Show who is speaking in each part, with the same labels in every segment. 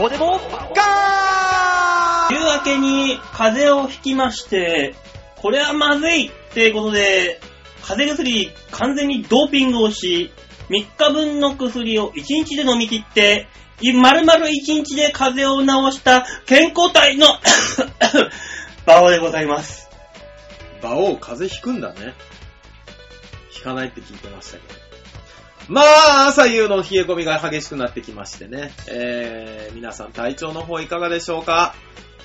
Speaker 1: こでもガー
Speaker 2: 夕明けに風邪をひきまして、これはまずいってことで、風邪薬完全にドーピングをし、3日分の薬を1日で飲み切って、い丸々1日で風邪を治した健康体の バオでございます。
Speaker 3: 馬王、風邪ひくんだね。ひかないって聞いてましたけど。まあ、朝夕の冷え込みが激しくなってきましてね。えー、皆さん体調の方いかがでしょうか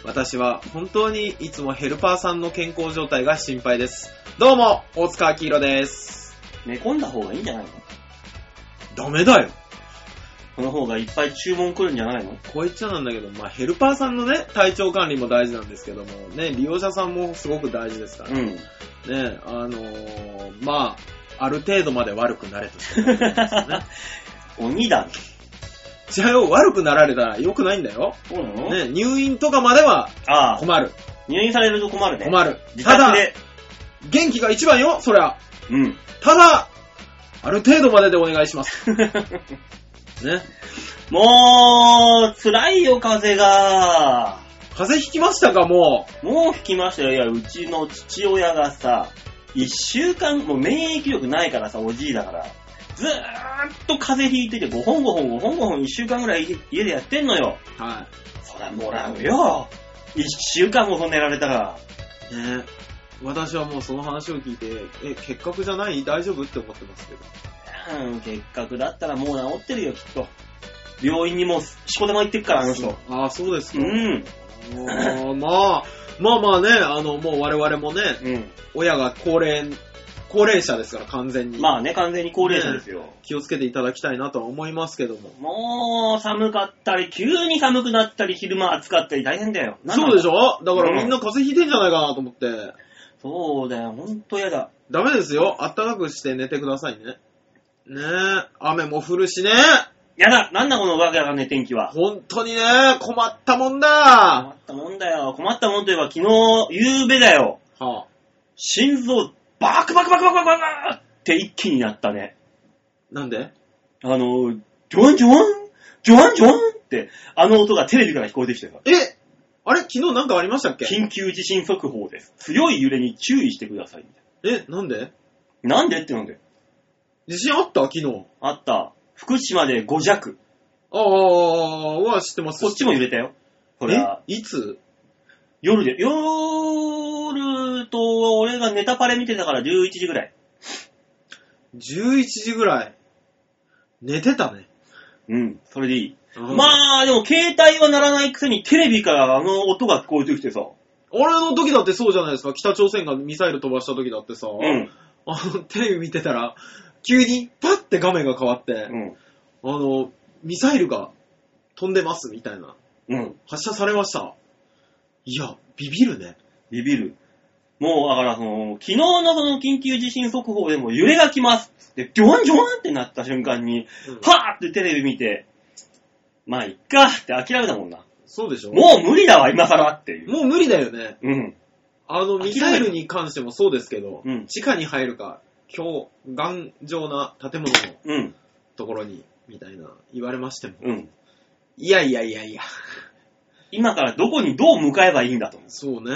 Speaker 3: 私は本当にいつもヘルパーさんの健康状態が心配です。どうも、大塚明宏です。
Speaker 2: 寝込んだ方がいいんじゃないの
Speaker 3: ダメだよ。
Speaker 2: この方がいっぱい注文来るんじゃないの
Speaker 3: こう言っちゃなんだけど、まあヘルパーさんのね、体調管理も大事なんですけども、ね、利用者さんもすごく大事ですから
Speaker 2: う
Speaker 3: ね。
Speaker 2: ん。
Speaker 3: ね、あのー、まあある程度まで悪くなれとしか思ってないですよね。
Speaker 2: 鬼だね。
Speaker 3: じゃあ悪くなられたら良くないんだよ。
Speaker 2: そうなの
Speaker 3: ね、入院とかまでは
Speaker 2: ああ、
Speaker 3: 困る。
Speaker 2: 入院されると困るね。
Speaker 3: 困る。
Speaker 2: 自
Speaker 3: た
Speaker 2: 宅
Speaker 3: だ、
Speaker 2: で。
Speaker 3: 元気が一番よ、そりゃ。
Speaker 2: うん。
Speaker 3: ただ、ある程度まででお願いします。ね。
Speaker 2: もう、辛いよ、風が。
Speaker 3: 風邪ひきましたか、も
Speaker 2: もう吹きましたよ。いや、うちの父親がさ、一週間、もう免疫力ないからさ、おじいだから。ずーっと風邪ひいてて、5本5本5本5本1週間ぐらい家でやってんのよ。
Speaker 3: う。は
Speaker 2: そらもらうよ。1週間もそんなやられたら。
Speaker 3: い。ね。私はもうその話を聞いて、え、結核じゃない大丈夫って思ってますけど。
Speaker 2: うん、結核だったらもう治ってるよ、きっと。病院にもうしこたま行ってっから、あの人。
Speaker 3: ああ、そうですか。
Speaker 2: うん。
Speaker 3: あー まあ、まあまあね、あの、もう我々もね、
Speaker 2: うん。
Speaker 3: 親が高齢、高齢者ですから、完全に。
Speaker 2: まあね、完全に高齢者ですよ。
Speaker 3: 気をつけていただきたいなとは思いますけども。
Speaker 2: もう、寒かったり、急に寒くなったり、昼間暑かったり、大変だよ。なんな
Speaker 3: そ
Speaker 2: ん
Speaker 3: うでし
Speaker 2: ょ
Speaker 3: ょだから
Speaker 2: うん
Speaker 3: みんな風邪ひいてんじゃないかなと思って。
Speaker 2: そうだよ、ほんと嫌だ。
Speaker 3: ダメですよ。あったかくして寝てくださいね。ねえ、雨も降るしね。
Speaker 2: やだなんだこのわけわかんない天気は。
Speaker 3: 本当にね、困ったもんだ。は
Speaker 2: 困ったもんだよ。困ったもんといえば昨日、夕べだよ。
Speaker 3: あ、
Speaker 2: 心臓、バクバクバクバクバクバクって一気になったね。
Speaker 3: なんで
Speaker 2: あの、ジョンジョンジョンジョンって、あの音がテレビから聞こえてきてさ。
Speaker 3: えあれ昨日なんかありましたっけ
Speaker 2: 緊急地震速報です。強い揺れに注意してください。
Speaker 3: え、なんで
Speaker 2: なんでってなんで
Speaker 3: 地震あった昨日。
Speaker 2: あった。福島で5弱。
Speaker 3: ああ、は知ってます。
Speaker 2: こっちも揺れたよ。これは。
Speaker 3: えいつ
Speaker 2: 夜で、夜と、俺がネタパレ見てたから11時ぐらい。
Speaker 3: ?11 時ぐらい。寝てたね。
Speaker 2: うん、それでいい。
Speaker 3: うん
Speaker 2: まあ、でも携帯は鳴らないくせにテレビからあの音が聞こえてきてさ。
Speaker 3: 俺の時だってそうじゃないですか。北朝鮮がミサイル飛ばした時だってさ。
Speaker 2: うん。
Speaker 3: あの、テレビ見てたら、急にパッて画面が変わって、
Speaker 2: うん。
Speaker 3: あの、ミサイルが飛んでますみたいな。
Speaker 2: うん。
Speaker 3: 発射されました。いや、ビビるね。
Speaker 2: ビビる。もう、だからその、昨日のその緊急地震速報でも揺れが来ますっつって、ジョンジョンってなった瞬間に、
Speaker 3: は
Speaker 2: はぁってテレビ見て、まあ、いっかって諦めたもんな。
Speaker 3: そうでしょ
Speaker 2: も
Speaker 3: も
Speaker 2: う無理だわ、今更っていう
Speaker 3: う。無理だよね。
Speaker 2: うん。
Speaker 3: あ
Speaker 2: 諦
Speaker 3: の、
Speaker 2: め
Speaker 3: ミサイルに関してもそうですけど、
Speaker 2: うん
Speaker 3: 地下に入るか、今日、頑丈な建物の
Speaker 2: うん。
Speaker 3: ところに、みたいな言われましても。
Speaker 2: うん。
Speaker 3: いやいやいやいや。
Speaker 2: 今からどこにどう向かえばいいんだと。
Speaker 3: そうね。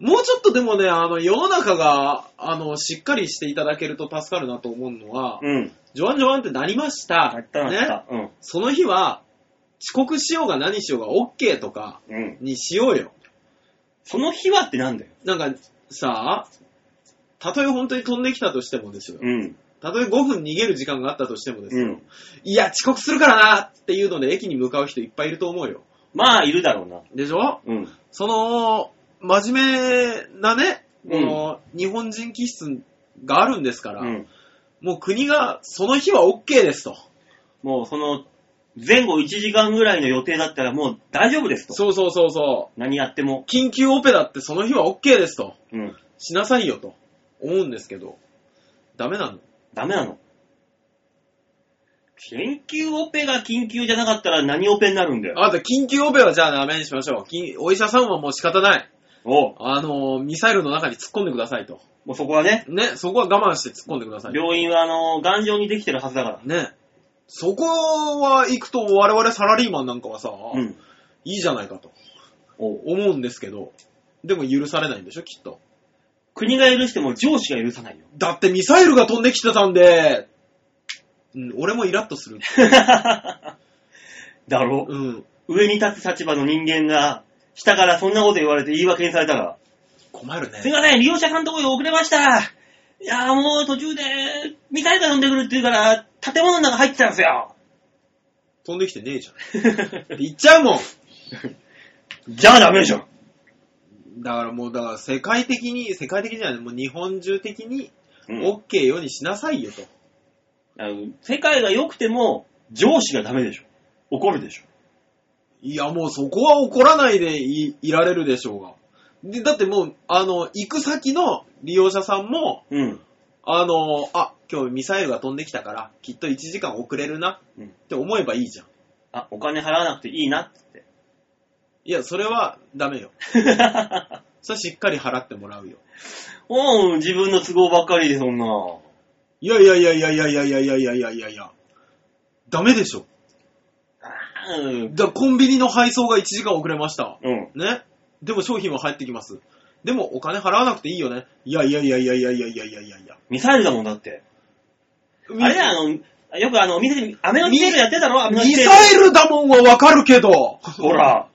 Speaker 3: もうちょっとでもね、あの、世の中が、あの、しっかりしていただけると助かるなと思うのは、
Speaker 2: うん。
Speaker 3: ジョアン・ジョアンってなりました。
Speaker 2: なったなっ
Speaker 3: ね。
Speaker 2: た。
Speaker 3: その日は、遅刻しようが何しようが OK とか
Speaker 2: うん。うん。
Speaker 3: にしようよ。
Speaker 2: その日はってなんだよ。
Speaker 3: なんかさ、たとえ本当に飛んできたとしてもですよ。
Speaker 2: うん。
Speaker 3: たとえ5分逃げる時間があったとしてもです
Speaker 2: う
Speaker 3: よ。
Speaker 2: ん。
Speaker 3: いや、遅刻するからなっていうので駅に向かう人いっぱいいると思うよ。
Speaker 2: まあ、いるだろうな。
Speaker 3: でしょ
Speaker 2: うん。
Speaker 3: その、真面目なね、
Speaker 2: うん
Speaker 3: この、日本人気質があるんですから、
Speaker 2: うん。
Speaker 3: もう国が、その日は OK ですと。
Speaker 2: もうその、前後1時間ぐらいの予定だったらもう大丈夫ですと。
Speaker 3: そうそうそうそう。
Speaker 2: 何やっても。
Speaker 3: 緊急オペだってその日は OK ですと。
Speaker 2: うん。
Speaker 3: しなさいよと思うんですけど、ダメなの
Speaker 2: ダメなの。緊急オペが緊急じゃなかったら何オペになるんだよ。
Speaker 3: あと、緊急オペはじゃあダメにしましょう。緊お医者さんはもう仕方ない。
Speaker 2: おう
Speaker 3: あのー、ミサイルの中に突っ込んでくださいと。
Speaker 2: もうそこはね、
Speaker 3: ね、そこは我慢して突っ込んでください。
Speaker 2: 病院はあの、頑丈にできてるはずだから。
Speaker 3: ね。そこは行くと我々サラリーマンなんかはさ、
Speaker 2: うん。
Speaker 3: いいじゃないかと
Speaker 2: お
Speaker 3: 思うんですけど、でも許されないんでしょ、きっと。
Speaker 2: 国が許しても上司が許さないよ。
Speaker 3: だってミサイルが飛んできてたんで、うん、俺もイラッと する。
Speaker 2: だろ、
Speaker 3: うん。
Speaker 2: 上に立つ立場の人間が、下からそんなこと言われて言い訳にされたら、
Speaker 3: 困るね
Speaker 2: すい。ません、利用者さんのとこに遅れました。いやーもう途中で、ミサイルが飛んでくるって言うから、建物の中入ってたんですよ。
Speaker 3: 飛んでき てねえじゃん。行っちゃうもん
Speaker 2: じゃあダメじゃん。
Speaker 3: だからもう、だから世界的に、世界的じゃない、もう日本中的に、
Speaker 2: うん
Speaker 3: OK ようにしなさいよと。
Speaker 2: あの世界が良くても、上司がダメでしょ。怒るでしょ。
Speaker 3: いや、もうそこは怒らないでいいられるでしょうが。で、だってもう、あの、行く先の利用者さんも、
Speaker 2: うん。
Speaker 3: あの、あ、今日ミサイルが飛んできたから、きっと1時間遅れるな
Speaker 2: うん
Speaker 3: って思えばいいじゃん。
Speaker 2: あ、お金払わなくていいなっつ って。
Speaker 3: いや、それはダメよ。それはしっかり払ってもらうよ。
Speaker 2: うん、自分の都合ばっかりでそんな。
Speaker 3: いやいやいやいやいやいやいやいやいやいやいやダメでしょ。
Speaker 2: うん。
Speaker 3: だコンビニの配送が1時間遅れました。
Speaker 2: うん。
Speaker 3: ね。でも商品は入ってきます。でもお金払わなくていいよね。いやいやいやいやいやいやいやいやいやいや。
Speaker 2: ミサイルだもんだって。あれだよ、あの、よくあの、お店で、アメのテールやってたろアメのテ
Speaker 3: ミ
Speaker 2: ール。
Speaker 3: サイルだもんはわかるけど。
Speaker 2: ほ。ら。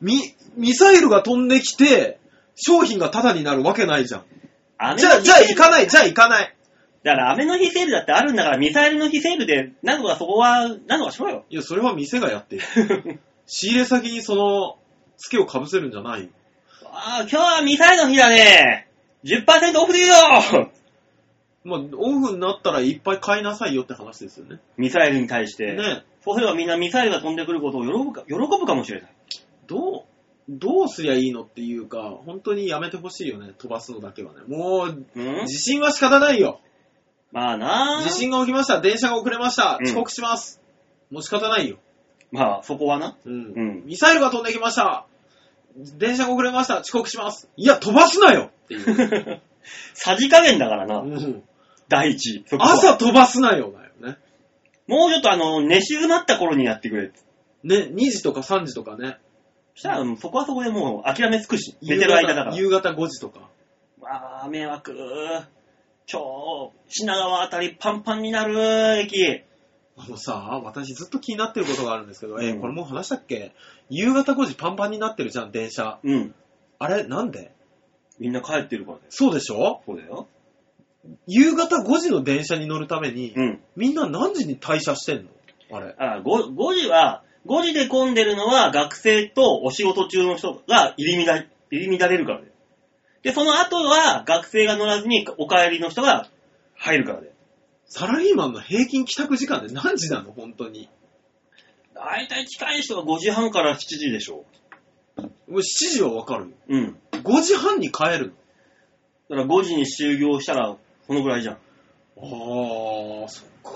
Speaker 3: ミ、ミサイルが飛んできて、商品がタダになるわけないじゃん。
Speaker 2: アメ
Speaker 3: じ
Speaker 2: の
Speaker 3: ゃあ、
Speaker 2: 日
Speaker 3: じゃあ行かない、じゃあ行かない。
Speaker 2: だから、雨の日セールだってあるんだから、ミサイルの日セールで、なんとかそこは、なんとかしろ よ。
Speaker 3: いや、それは店がやってる。仕入れ先にその、ツケをかぶせるんじゃないよ。
Speaker 2: ああ、今日はミサイルの日だね。10%オフでいいよ
Speaker 3: まあ、オフになったらいっぱい買いなさいよって話ですよね。
Speaker 2: ミサイルに対して。
Speaker 3: ね。
Speaker 2: そうすればみんなミサイルが飛んでくることを喜ぶか喜ぶかもしれない。
Speaker 3: どう、どうすりゃいいのっていうか、本当にやめてほしいよね、飛ばすのだけはね。もう、
Speaker 2: うん
Speaker 3: 地震は仕方ないよ。
Speaker 2: まあな
Speaker 3: 地震が起きました。電車が遅れました。
Speaker 2: うん
Speaker 3: 遅刻します。もう仕方ないよ。
Speaker 2: まあ、そこはな。
Speaker 3: うん。
Speaker 2: うん
Speaker 3: ミサイルが飛んできました。電車が遅れました。遅刻します。いや、飛ばすなよっていう。
Speaker 2: さじ加減だからな。
Speaker 3: うん
Speaker 2: 第一。そこは
Speaker 3: 朝飛ばすなよだよね。
Speaker 2: もうちょっとあの、寝静まった頃にやってくれ。
Speaker 3: ね、2時とか3時とかね。
Speaker 2: そしたら、うんそこはそこでもう諦め尽くし。寝てる間だから。
Speaker 3: 夕方5時とか。
Speaker 2: ああ、迷惑。今日、品川あたりパンパンになる、駅。
Speaker 3: あのさ、私ずっと気になってることがあるんですけど、
Speaker 2: うん
Speaker 3: え、これもう話したっけ夕方5時パンパンになってるじゃん、電車。
Speaker 2: うん。
Speaker 3: あれなんで
Speaker 2: みんな帰ってるからだよ。
Speaker 3: そうでしょ
Speaker 2: そうだよ。
Speaker 3: 夕方5時の電車に乗るために、
Speaker 2: うん。
Speaker 3: みんな何時に退社してんのあれ。
Speaker 2: あ 5, 5時は、5時で混んでるのは学生とお仕事中の人が入り乱れ入り乱れるからだよ。で、その後は学生が乗らずにお帰りの人が入るからだよ。
Speaker 3: サラリーマンの平均帰宅時間って何時なの本当に。
Speaker 2: 大体近い人は5時半から7時でしょ
Speaker 3: もう7時はわかるよ。
Speaker 2: う。うん。
Speaker 3: 5時半に帰る
Speaker 2: だから5時に就業したら、このぐらいじゃん。
Speaker 3: の。あー、そっか。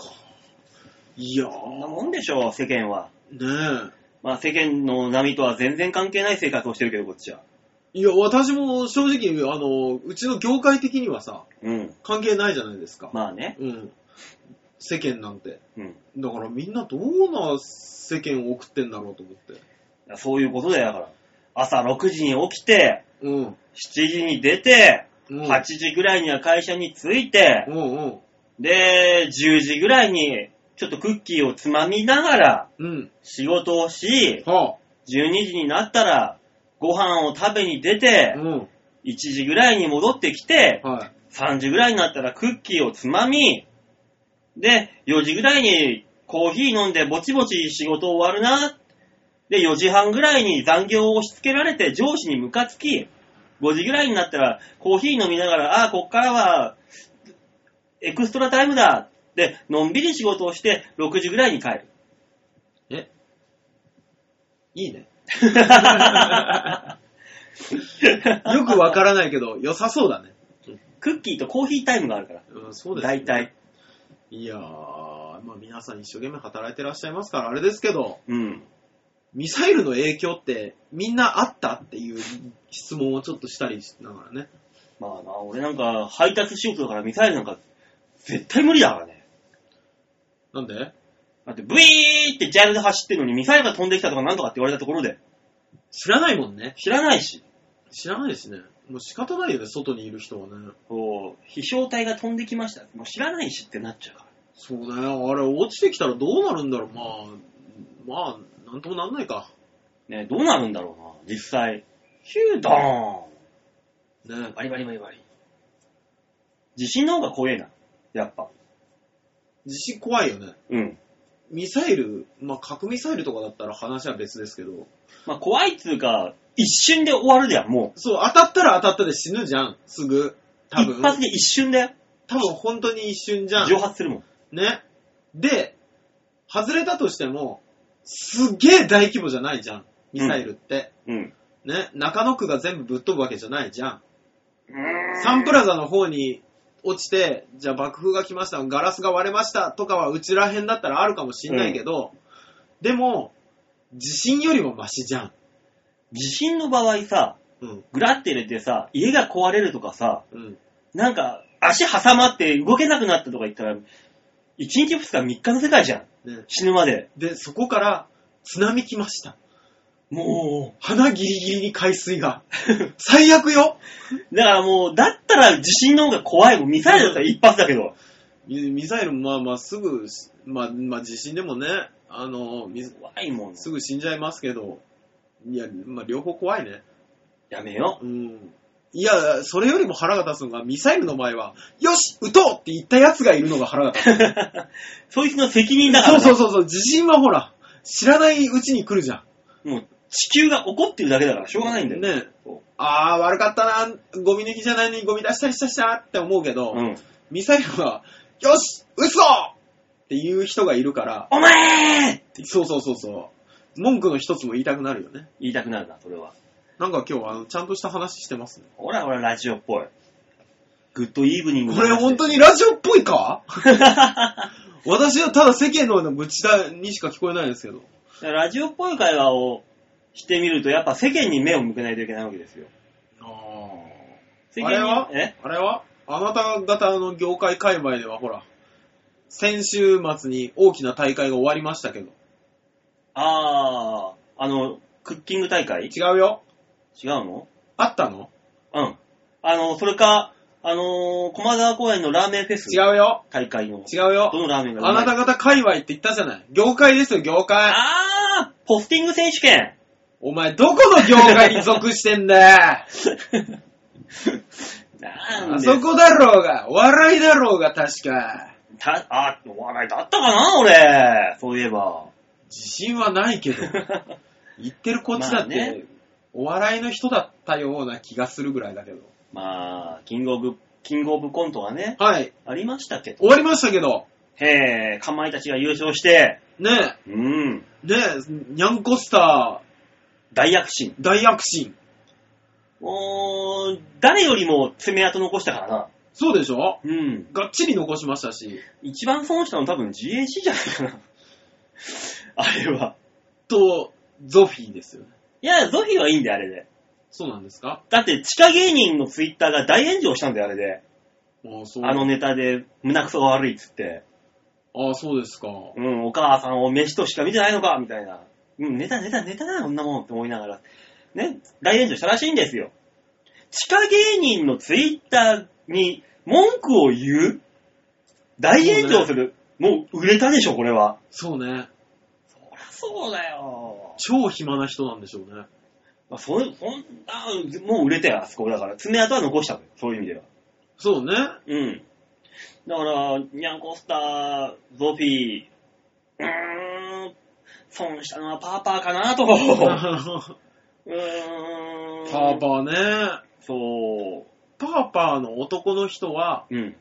Speaker 3: いや
Speaker 2: こんなもんでしょう、世間は。
Speaker 3: ー、ねえ。
Speaker 2: まあ世間の波とは全然関係ない生活をしてるけど、こっちは。
Speaker 3: いや、私も正直、あの、うちの業界的にはさ、
Speaker 2: うん。
Speaker 3: 関係ないじゃないですか。
Speaker 2: まあね。
Speaker 3: うん。世間なんて。
Speaker 2: うん。
Speaker 3: だからみんなどうな世間を送ってんだろうと思って。
Speaker 2: そういうことだよ、だから。朝6時に起きて、
Speaker 3: うん。
Speaker 2: 7時に出て、
Speaker 3: うん。
Speaker 2: 8時ぐらいには会社に着いて
Speaker 3: う、んうん。
Speaker 2: で、10時ぐらいにちょっとクッキーをつまみながら
Speaker 3: うん。
Speaker 2: 仕事をし、
Speaker 3: は
Speaker 2: 12時になったらご飯を食べに出
Speaker 3: あ。
Speaker 2: て
Speaker 3: う、ん。
Speaker 2: 1時ぐらいに戻ってきて、
Speaker 3: はい。
Speaker 2: 3時ぐらいになったらクッキーをつまみ、で、4時ぐらいにコーヒー飲んでぼちぼち仕事終わるな。で、4時半ぐらいに残業を押し付けられて上司にムカつき、5時ぐらいになったらコーヒー飲みながら、ああー、こっからはエクストラタイムだ。で、のんびり仕事をして6時ぐらいに帰 る。
Speaker 3: えいいね。 よくわからないけど、良さそうだね。
Speaker 2: クッキーとコーヒータイムがあるから。
Speaker 3: うん、そうです、
Speaker 2: 大。体。
Speaker 3: いやー、まあ皆さん一生懸命働いてらっしゃいますから、あれですけど、
Speaker 2: うん。
Speaker 3: ミサイルの影響ってみんなあったっていう質問をちょっとしたりしながらね。
Speaker 2: まあな、俺なんか配達仕事だからミサイルなんか絶対無理だからね。
Speaker 3: なんで
Speaker 2: だって、ブイーってジャイルで走ってるのにミサイルが飛んできたとかなんとかって言われたところで、
Speaker 3: 知らないもんね。
Speaker 2: 知らないし、
Speaker 3: 知らないですね。もう仕方ないよね、外にいる人はね。
Speaker 2: こう、飛翔体が飛んできました。もう知らないしってなっちゃうから。
Speaker 3: そうね、あれ落ちてきたらどうなるんだろう。まあ、まあ、なんともなんないか。
Speaker 2: ね、どうなるんだろうな、実際。ヒュードーン
Speaker 3: ね。
Speaker 2: バリバリバリバリ。地震の方が怖えな。やっぱ。
Speaker 3: 地震怖いよね。
Speaker 2: うん。
Speaker 3: ミサイル、まあ核ミサイルとかだったら話は別ですけど、
Speaker 2: まあ怖いっつうか、一瞬で終わるじゃん、も
Speaker 3: そう、当たったら当たったで死ぬじゃん、すぐ。
Speaker 2: う。
Speaker 3: 多
Speaker 2: 一
Speaker 3: 分。
Speaker 2: 発で一瞬で
Speaker 3: 多分本当に一瞬じゃん
Speaker 2: 蒸。発するもん。
Speaker 3: ね。で、外れたとしても、すげえ大規模じゃないじゃん、ミサイルって。
Speaker 2: うん。
Speaker 3: ね。中野区が全部ぶっ飛ぶわけじゃないじゃん。サ
Speaker 2: サ
Speaker 3: ンプラザの方に落ちて、じゃあ爆風が来ました、ガラスが割れましたとかはうちら辺だったらあるかもしんないけど、でも、地震よりもマシじゃん。
Speaker 2: 地震の場合さ、
Speaker 3: うん、
Speaker 2: グラって入れてさ、家が壊れるとかさ、
Speaker 3: うん。
Speaker 2: なんか足挟まって動けなくなったとか言ったら、1日2日3日の世界じゃん。
Speaker 3: ね。
Speaker 2: 死ぬまで。
Speaker 3: で、そこから津波来ました。
Speaker 2: も
Speaker 3: 鼻ギリギリに海水 が。最悪よ
Speaker 2: う、だからもう、だったら地震の方が怖いもん。ミサイルだったら一発だけど。
Speaker 3: ミミサイルもまあまあすぐ、まあまあ地震でもね、あの、み
Speaker 2: 怖いもん。
Speaker 3: すぐ死んじゃいますけど、いや、まあ両方怖いね。
Speaker 2: やめよ
Speaker 3: うんいや、それよりも腹が立つのが、ミサイルの前は、よし撃とうって言った奴がいるのが腹が 立つ。
Speaker 2: う。 そいつの責任だから
Speaker 3: そう
Speaker 2: な。
Speaker 3: そうそうそう、地震はほら、知らないうちに来るじゃ
Speaker 2: もう、地球が怒ってるだけだから、しょうがないんだ
Speaker 3: ん。
Speaker 2: よ。
Speaker 3: ね
Speaker 2: そう
Speaker 3: あー、悪かったな、ゴミ抜きじゃないのにゴミ出したりしたしたって思うけど、
Speaker 2: うん。
Speaker 3: ミサイルは、よし撃つぞっていう人がいるから、
Speaker 2: お前ー
Speaker 3: そうそうそうそう、文句の一つも言いたくなるよね。
Speaker 2: 言いたくなるな、それは。
Speaker 3: なんか今日、あの、ちゃんとした話してますね。
Speaker 2: ほらほら、ラジオっぽい。グッドイーブニング。
Speaker 3: これ 本当
Speaker 2: に。
Speaker 3: にラジオっぽいか 私はただ世間の愚痴だにしか聞こえないですけど。
Speaker 2: ラジオっぽい会話をしてみると、やっぱ世間に目を向けないといけないわけですよ。世間に
Speaker 3: あれは
Speaker 2: え
Speaker 3: あれはあなた方の業界界隈ではほら、先週末に大きな大会が終わりましたけど。
Speaker 2: あー、あの、クッキング大会違
Speaker 3: 違うよ。
Speaker 2: うの
Speaker 3: あったの
Speaker 2: うん。あの、それか、あのー、駒沢公園のラーメンフェス。
Speaker 3: 違うよ。
Speaker 2: 大会の。
Speaker 3: 違うよ。
Speaker 2: どのラーメンが
Speaker 3: あなた
Speaker 2: が。
Speaker 3: 方界隈って言ったじゃない。業界ですよ、業界。
Speaker 2: あー、ポスティング選手権。
Speaker 3: お前、どこの業界に属してんだよ
Speaker 2: なん
Speaker 3: あ
Speaker 2: で
Speaker 3: そこだろうが、お笑いだろうが、確か。
Speaker 2: た、あ、お笑いだったかな俺。そういえば。
Speaker 3: 自信はない けど。言ってるこっちだって、
Speaker 2: まあね
Speaker 3: お笑いの人だったような気がするぐらいだけど。
Speaker 2: まあ、キングオブ、キングオブコントがね、
Speaker 3: はい。
Speaker 2: ありましたけど。
Speaker 3: 終わりましたけど、
Speaker 2: へえ、かまいたちが優勝して、
Speaker 3: ね
Speaker 2: うん、
Speaker 3: え、ねえ、にゃんこスタ
Speaker 2: 大躍進。
Speaker 3: ー、大躍進。
Speaker 2: もう、誰よりも爪痕残したからな。
Speaker 3: そうでしょ
Speaker 2: うん。
Speaker 3: がっちり残しましたし、
Speaker 2: 一番損したの多分 GAC じゃないかな。 あれは。
Speaker 3: と、ゾフィーですよね。
Speaker 2: いや、ゾフィーはいいんだよ、あれで。
Speaker 3: そうなんですか
Speaker 2: だって、地下芸人のツイッターが大炎上したんだよ、あれで。
Speaker 3: ああ、そう。
Speaker 2: あのネタで、胸くそが悪いっつって。
Speaker 3: ああ、そうですか。
Speaker 2: うん、お母さんを飯としか見てないのかみたいな。うん、ネタネタネタだよ、こんなもんって思いながら。ね、大炎上したらしいんですよ。地下芸人のツイッターに文句を言う大炎上する、もう売れたでしょ、これは。
Speaker 3: そうね。
Speaker 2: そりゃそうだよ。
Speaker 3: 超暇な人なんでしょうね。
Speaker 2: まあ、そ、そんな、もう売れたよ、あそこだから。爪痕は残したのよ、そういう意味では。
Speaker 3: そう ね。
Speaker 2: うん。だから、ニャンコスター、ゾフィー、うーん、損したのはパーパーか なと。
Speaker 3: パ
Speaker 2: う
Speaker 3: ー
Speaker 2: ーん。
Speaker 3: パーね。
Speaker 2: そ
Speaker 3: パーパーの男の人は
Speaker 2: う。うん。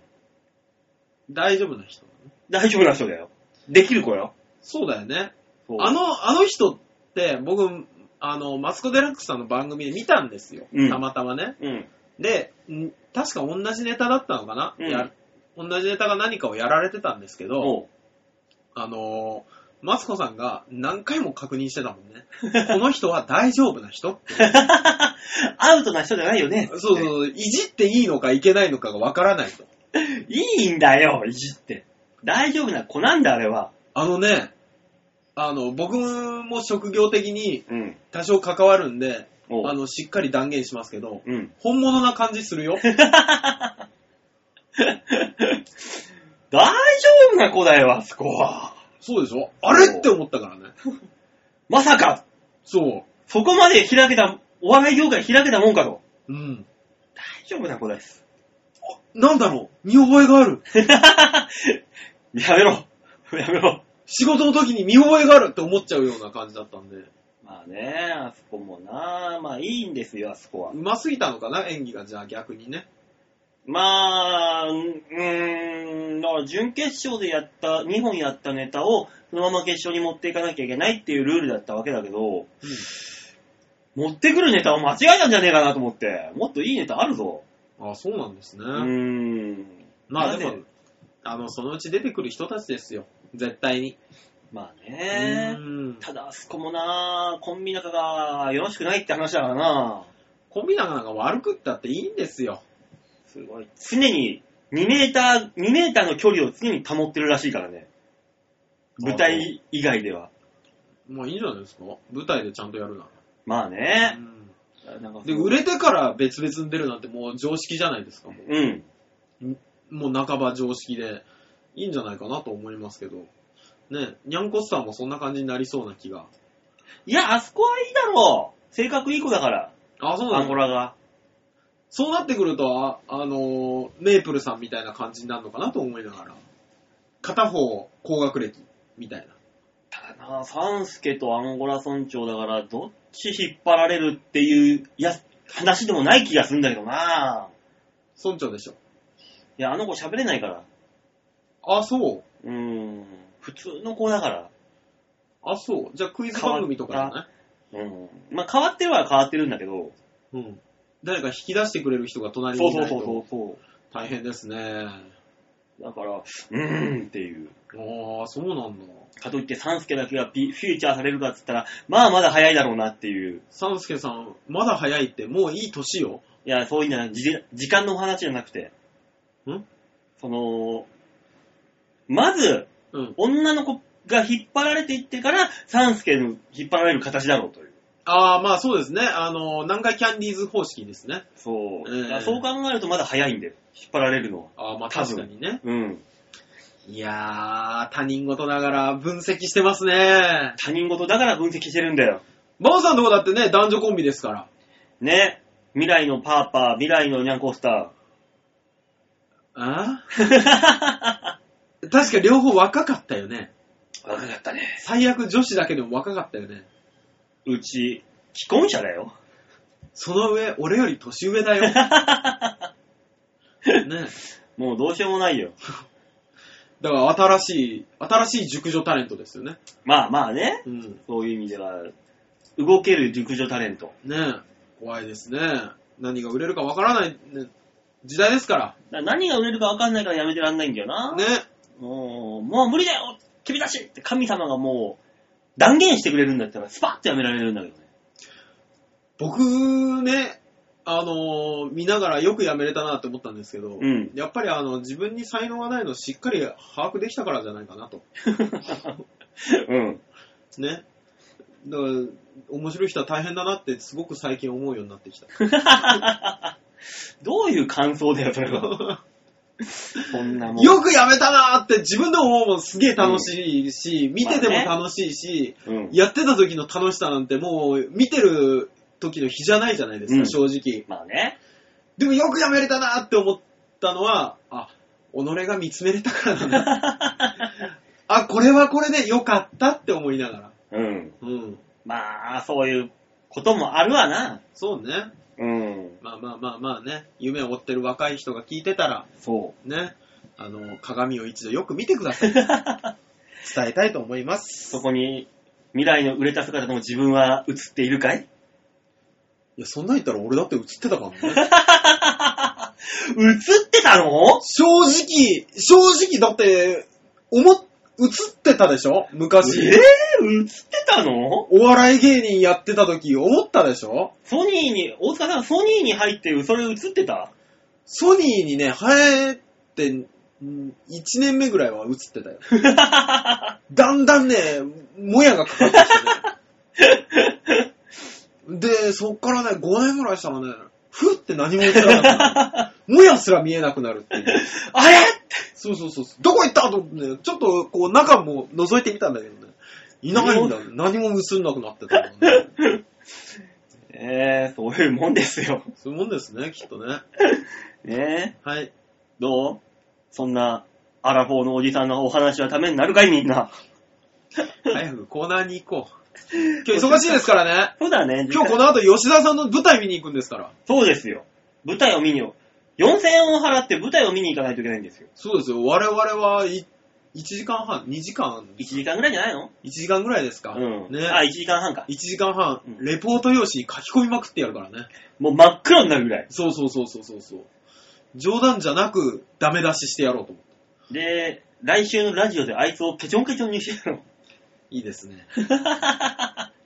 Speaker 3: 大丈夫な人。
Speaker 2: 大丈夫な人だよ。できる子よ。
Speaker 3: そうだよね。
Speaker 2: そう
Speaker 3: あの、あの人って、僕、あの、マツコ・デラックスさんの番組で見たんですよ。
Speaker 2: うん
Speaker 3: たまたまね。
Speaker 2: うん。
Speaker 3: で、ん確か同じネタだったのかな、
Speaker 2: うん
Speaker 3: や同じネタが何かをやられてたんですけど、
Speaker 2: おう。
Speaker 3: あのー、マツコさんが何回も確認してたもんね。この人は大丈夫な人って
Speaker 2: アウトな人じゃないよね。
Speaker 3: そうそう そう、いじっていいのかいけないのかがわからないと。
Speaker 2: いいんだよ、いじって。大丈夫な子なんだ、あれは。
Speaker 3: あのね、あの、僕も職業的に
Speaker 2: うん。
Speaker 3: 多少関わるんで、
Speaker 2: おう
Speaker 3: あの、しっかり断言しますけど、
Speaker 2: うん。
Speaker 3: 本物な感じするよ。
Speaker 2: 大丈夫な子だよ、あそこは。
Speaker 3: そうでしょあれって思ったからね。
Speaker 2: まさか、
Speaker 3: そ
Speaker 2: そこまで開けた、お笑い業界開けたもんかと。
Speaker 3: う。うん。
Speaker 2: 大丈夫な子です。
Speaker 3: なんだろう見覚えがある。
Speaker 2: やめろ。 やめろ。
Speaker 3: 仕事の時に見覚えがあるって思っちゃうような感じだったんで。
Speaker 2: まあね、あそこもな、まあいいんですよ、あそこは
Speaker 3: う。ますぎたのかな演技が、じゃあ逆にね。
Speaker 2: まあ、うんうーん、だから準決勝でやった、2本やったネタを、そのまま決勝に持っていかなきゃいけないっていうルールだったわけだけど、
Speaker 3: うん
Speaker 2: 持ってくるネタを間違えたんじゃねえかなと思って、もっといいネタあるぞ。
Speaker 3: あそうなんですね。
Speaker 2: うーん。
Speaker 3: まあで
Speaker 2: なぜ
Speaker 3: も、あの、そのうち出てくる人たちですよ。絶対に。
Speaker 2: まあ
Speaker 3: う
Speaker 2: ね。
Speaker 3: ん
Speaker 2: ただ、あそこもな、コンビ仲がよろしくないって話だからな。
Speaker 3: コンビ仲なんか悪くったっていいんですよ。
Speaker 2: すごい。常に2メーター、2メーターの距離を常に保ってるらしいからね。舞台以外では。
Speaker 3: まあいいんじゃないですか舞台でちゃんとやるな
Speaker 2: まあ
Speaker 3: ら。
Speaker 2: ね。
Speaker 3: うん
Speaker 2: なんかそう
Speaker 3: で、売れてから別々に出るなんてもう常識じゃないですか。も
Speaker 2: うん。
Speaker 3: うもう半ば常識で、いいんじゃないかなと思いますけど。ね、ニャンコスターもそんな感じになりそうな気が。
Speaker 2: いや、あそこはいいだろう。性格いい子だから、
Speaker 3: あ、そう
Speaker 2: ア
Speaker 3: な
Speaker 2: ンゴ
Speaker 3: の
Speaker 2: ラが。
Speaker 3: そうなってくると、ああのー、メープルさんみたいな感じになるのかなと思いながら。片方、高学歴、みたいな。
Speaker 2: ただな、サンスケとアンゴラ村長だから、どっち引っ張られるっていう、いや、話でもない気がするんだけどな。
Speaker 3: 村長でしょ。
Speaker 2: いや、あの子喋れないから。
Speaker 3: あ、そう。
Speaker 2: うーん。普通の子だから。
Speaker 3: あ、そう。じゃあクイズ番組とかじゃ
Speaker 2: う
Speaker 3: な
Speaker 2: ん。まあ、変わってるは変わってるんだけど。
Speaker 3: いうん。誰か引き出してくれる人が隣
Speaker 2: そ
Speaker 3: に
Speaker 2: う
Speaker 3: い
Speaker 2: そ
Speaker 3: な
Speaker 2: う
Speaker 3: い
Speaker 2: そうそ
Speaker 3: と
Speaker 2: うそ
Speaker 3: 大変ですね。
Speaker 2: う。だから、うーんっていう。
Speaker 3: ああ、そうなんだ。
Speaker 2: かといって、サンスケだけがピフューチャーされるかっつったら、まあまだ早いだろうなっていう。
Speaker 3: サンスケさん、まだ早いって、もういい年よ。
Speaker 2: いや、そういうんじゃないじ時間のお話じゃなくて。
Speaker 3: ん
Speaker 2: その、まず、
Speaker 3: うん。
Speaker 2: 女の子が引っ張られていってから、サンスケの引っ張られる形だろうという。
Speaker 3: ああ、まあそうですね。あの、南海キャンディーズ方式ですね。
Speaker 2: そう。
Speaker 3: うん
Speaker 2: だからそう考えるとまだ早いんだよ。引っ張られるのは。
Speaker 3: ああ、まあ
Speaker 2: 多分
Speaker 3: 確かにね。
Speaker 2: うん。
Speaker 3: いやー、他人事ながら分析してますね。
Speaker 2: 他人事だから分析してるんだよ。
Speaker 3: バオさんのとこだってね、男女コンビですから。
Speaker 2: ね。未来のパーパー、未来のニャンコスタ
Speaker 3: あ
Speaker 2: ー。
Speaker 3: ー確か両方若かったよね。
Speaker 2: 若かったね。
Speaker 3: 最悪女子だけでも若かったよね。
Speaker 2: うち、既婚者だ よ。
Speaker 3: その上、俺より年上だ よ。ね。
Speaker 2: もうどうしようもないよ。
Speaker 3: だから新しい、新しい熟女タレントですよね。
Speaker 2: まあまあね。
Speaker 3: うん。
Speaker 2: そういう意味では、動ける熟女タレント。
Speaker 3: ね怖いですね。何が売れるかわからない、ね時代ですか
Speaker 2: だから何が売れるか分かんないからやめてらんないんだよ
Speaker 3: ら。
Speaker 2: な。
Speaker 3: ね。
Speaker 2: もう、もう無理だよ君たちって神様がもう、断言してくれるんだったら、スパッとやめられるんだけどね。
Speaker 3: 僕ね、あのー見ながらよくやめれたなって思ったんですけ ど、
Speaker 2: うん
Speaker 3: やっぱりあの、自分に才能がないのをしっかり把握できたからじゃないかなと。
Speaker 2: うん。
Speaker 3: ね。だから、面白い人は大変だなってすごく最近思うようになって きた。
Speaker 2: どういう感想だよ、それは。そんなもん。
Speaker 3: よくやめたなーって自分でも思うもんすげえ楽しいし、見てても
Speaker 2: まあね
Speaker 3: 楽しいし、
Speaker 2: うん。
Speaker 3: やってた時の楽しさなんてもう見てる時の日じゃないじゃないですか、
Speaker 2: うん
Speaker 3: 正直。
Speaker 2: まあ ね。
Speaker 3: でもよくやめれたなーって思ったのは、あ、己が見つめれたからなんだ。あ、これはこれで良かったって思いながら。
Speaker 2: うん。
Speaker 3: うん。
Speaker 2: まあ、そういうこともあるわな。
Speaker 3: そうね。
Speaker 2: うん。
Speaker 3: まあまあまあまあね。夢を追ってる若い人が聞いてたら、
Speaker 2: そ
Speaker 3: ね。あの、鏡を一度よく見てください。伝えたいと思います。
Speaker 2: う。そこに、未来の売れた姿の自分は映っているかい
Speaker 3: いや、そんなん言ったら俺だって映ってたからね。
Speaker 2: 映ってたの
Speaker 3: 正直、正直だって、思っ、映ってたでしょ昔。
Speaker 2: えぇ、映ってたの
Speaker 3: お笑い芸人やってた時思ったでしょ
Speaker 2: ソニーに、大塚さんソニーに入って、それ映ってた
Speaker 3: ソニーにね、生えてうん一年目ぐらいは映ってたよ。だんだんね、もやがかかってきて、ね。で、そっからね、5年ぐらいしたらね、ふって何も映らなくなる。もやすら見えなくなるっていう。
Speaker 2: あれ
Speaker 3: そうそうそうそう。どこ行ったと思ってね、ちょっとこう中も覗いてみたんだけどね。いないんだ。何も映んなくなってたもんね。
Speaker 2: えー、そういうもんですよ。
Speaker 3: そういうもんですね、きっとね。
Speaker 2: ねえ。
Speaker 3: はい。
Speaker 2: どうそんな、アラフォーのおじさんのお話はためになるかいみんな。
Speaker 3: 早くコーナーに行こう。今日忙しいですからね。
Speaker 2: そうだね。
Speaker 3: 今日この後吉田さんの舞台見に行くんですから。
Speaker 2: そうですよ。舞台を見によ。4000円を払って舞台を見に行かないといけないんですよ。
Speaker 3: そうですよ。我々はい1時間半、2時間、
Speaker 2: 1時間ぐらいじゃないの
Speaker 3: 1時間ぐらいですか。
Speaker 2: うん。
Speaker 3: ね。
Speaker 2: あ、1時間半か。
Speaker 3: 1時間半
Speaker 2: う、ん
Speaker 3: レポート用紙書き込みまくってやるからね。
Speaker 2: もう真っ黒になるぐらい。
Speaker 3: そうそうそうそうそうそう。冗談じゃなく、ダメ出ししてやろうと思って。
Speaker 2: で、来週のラジオであいつをケチョンケチョンにしてるの。
Speaker 3: いいです ね。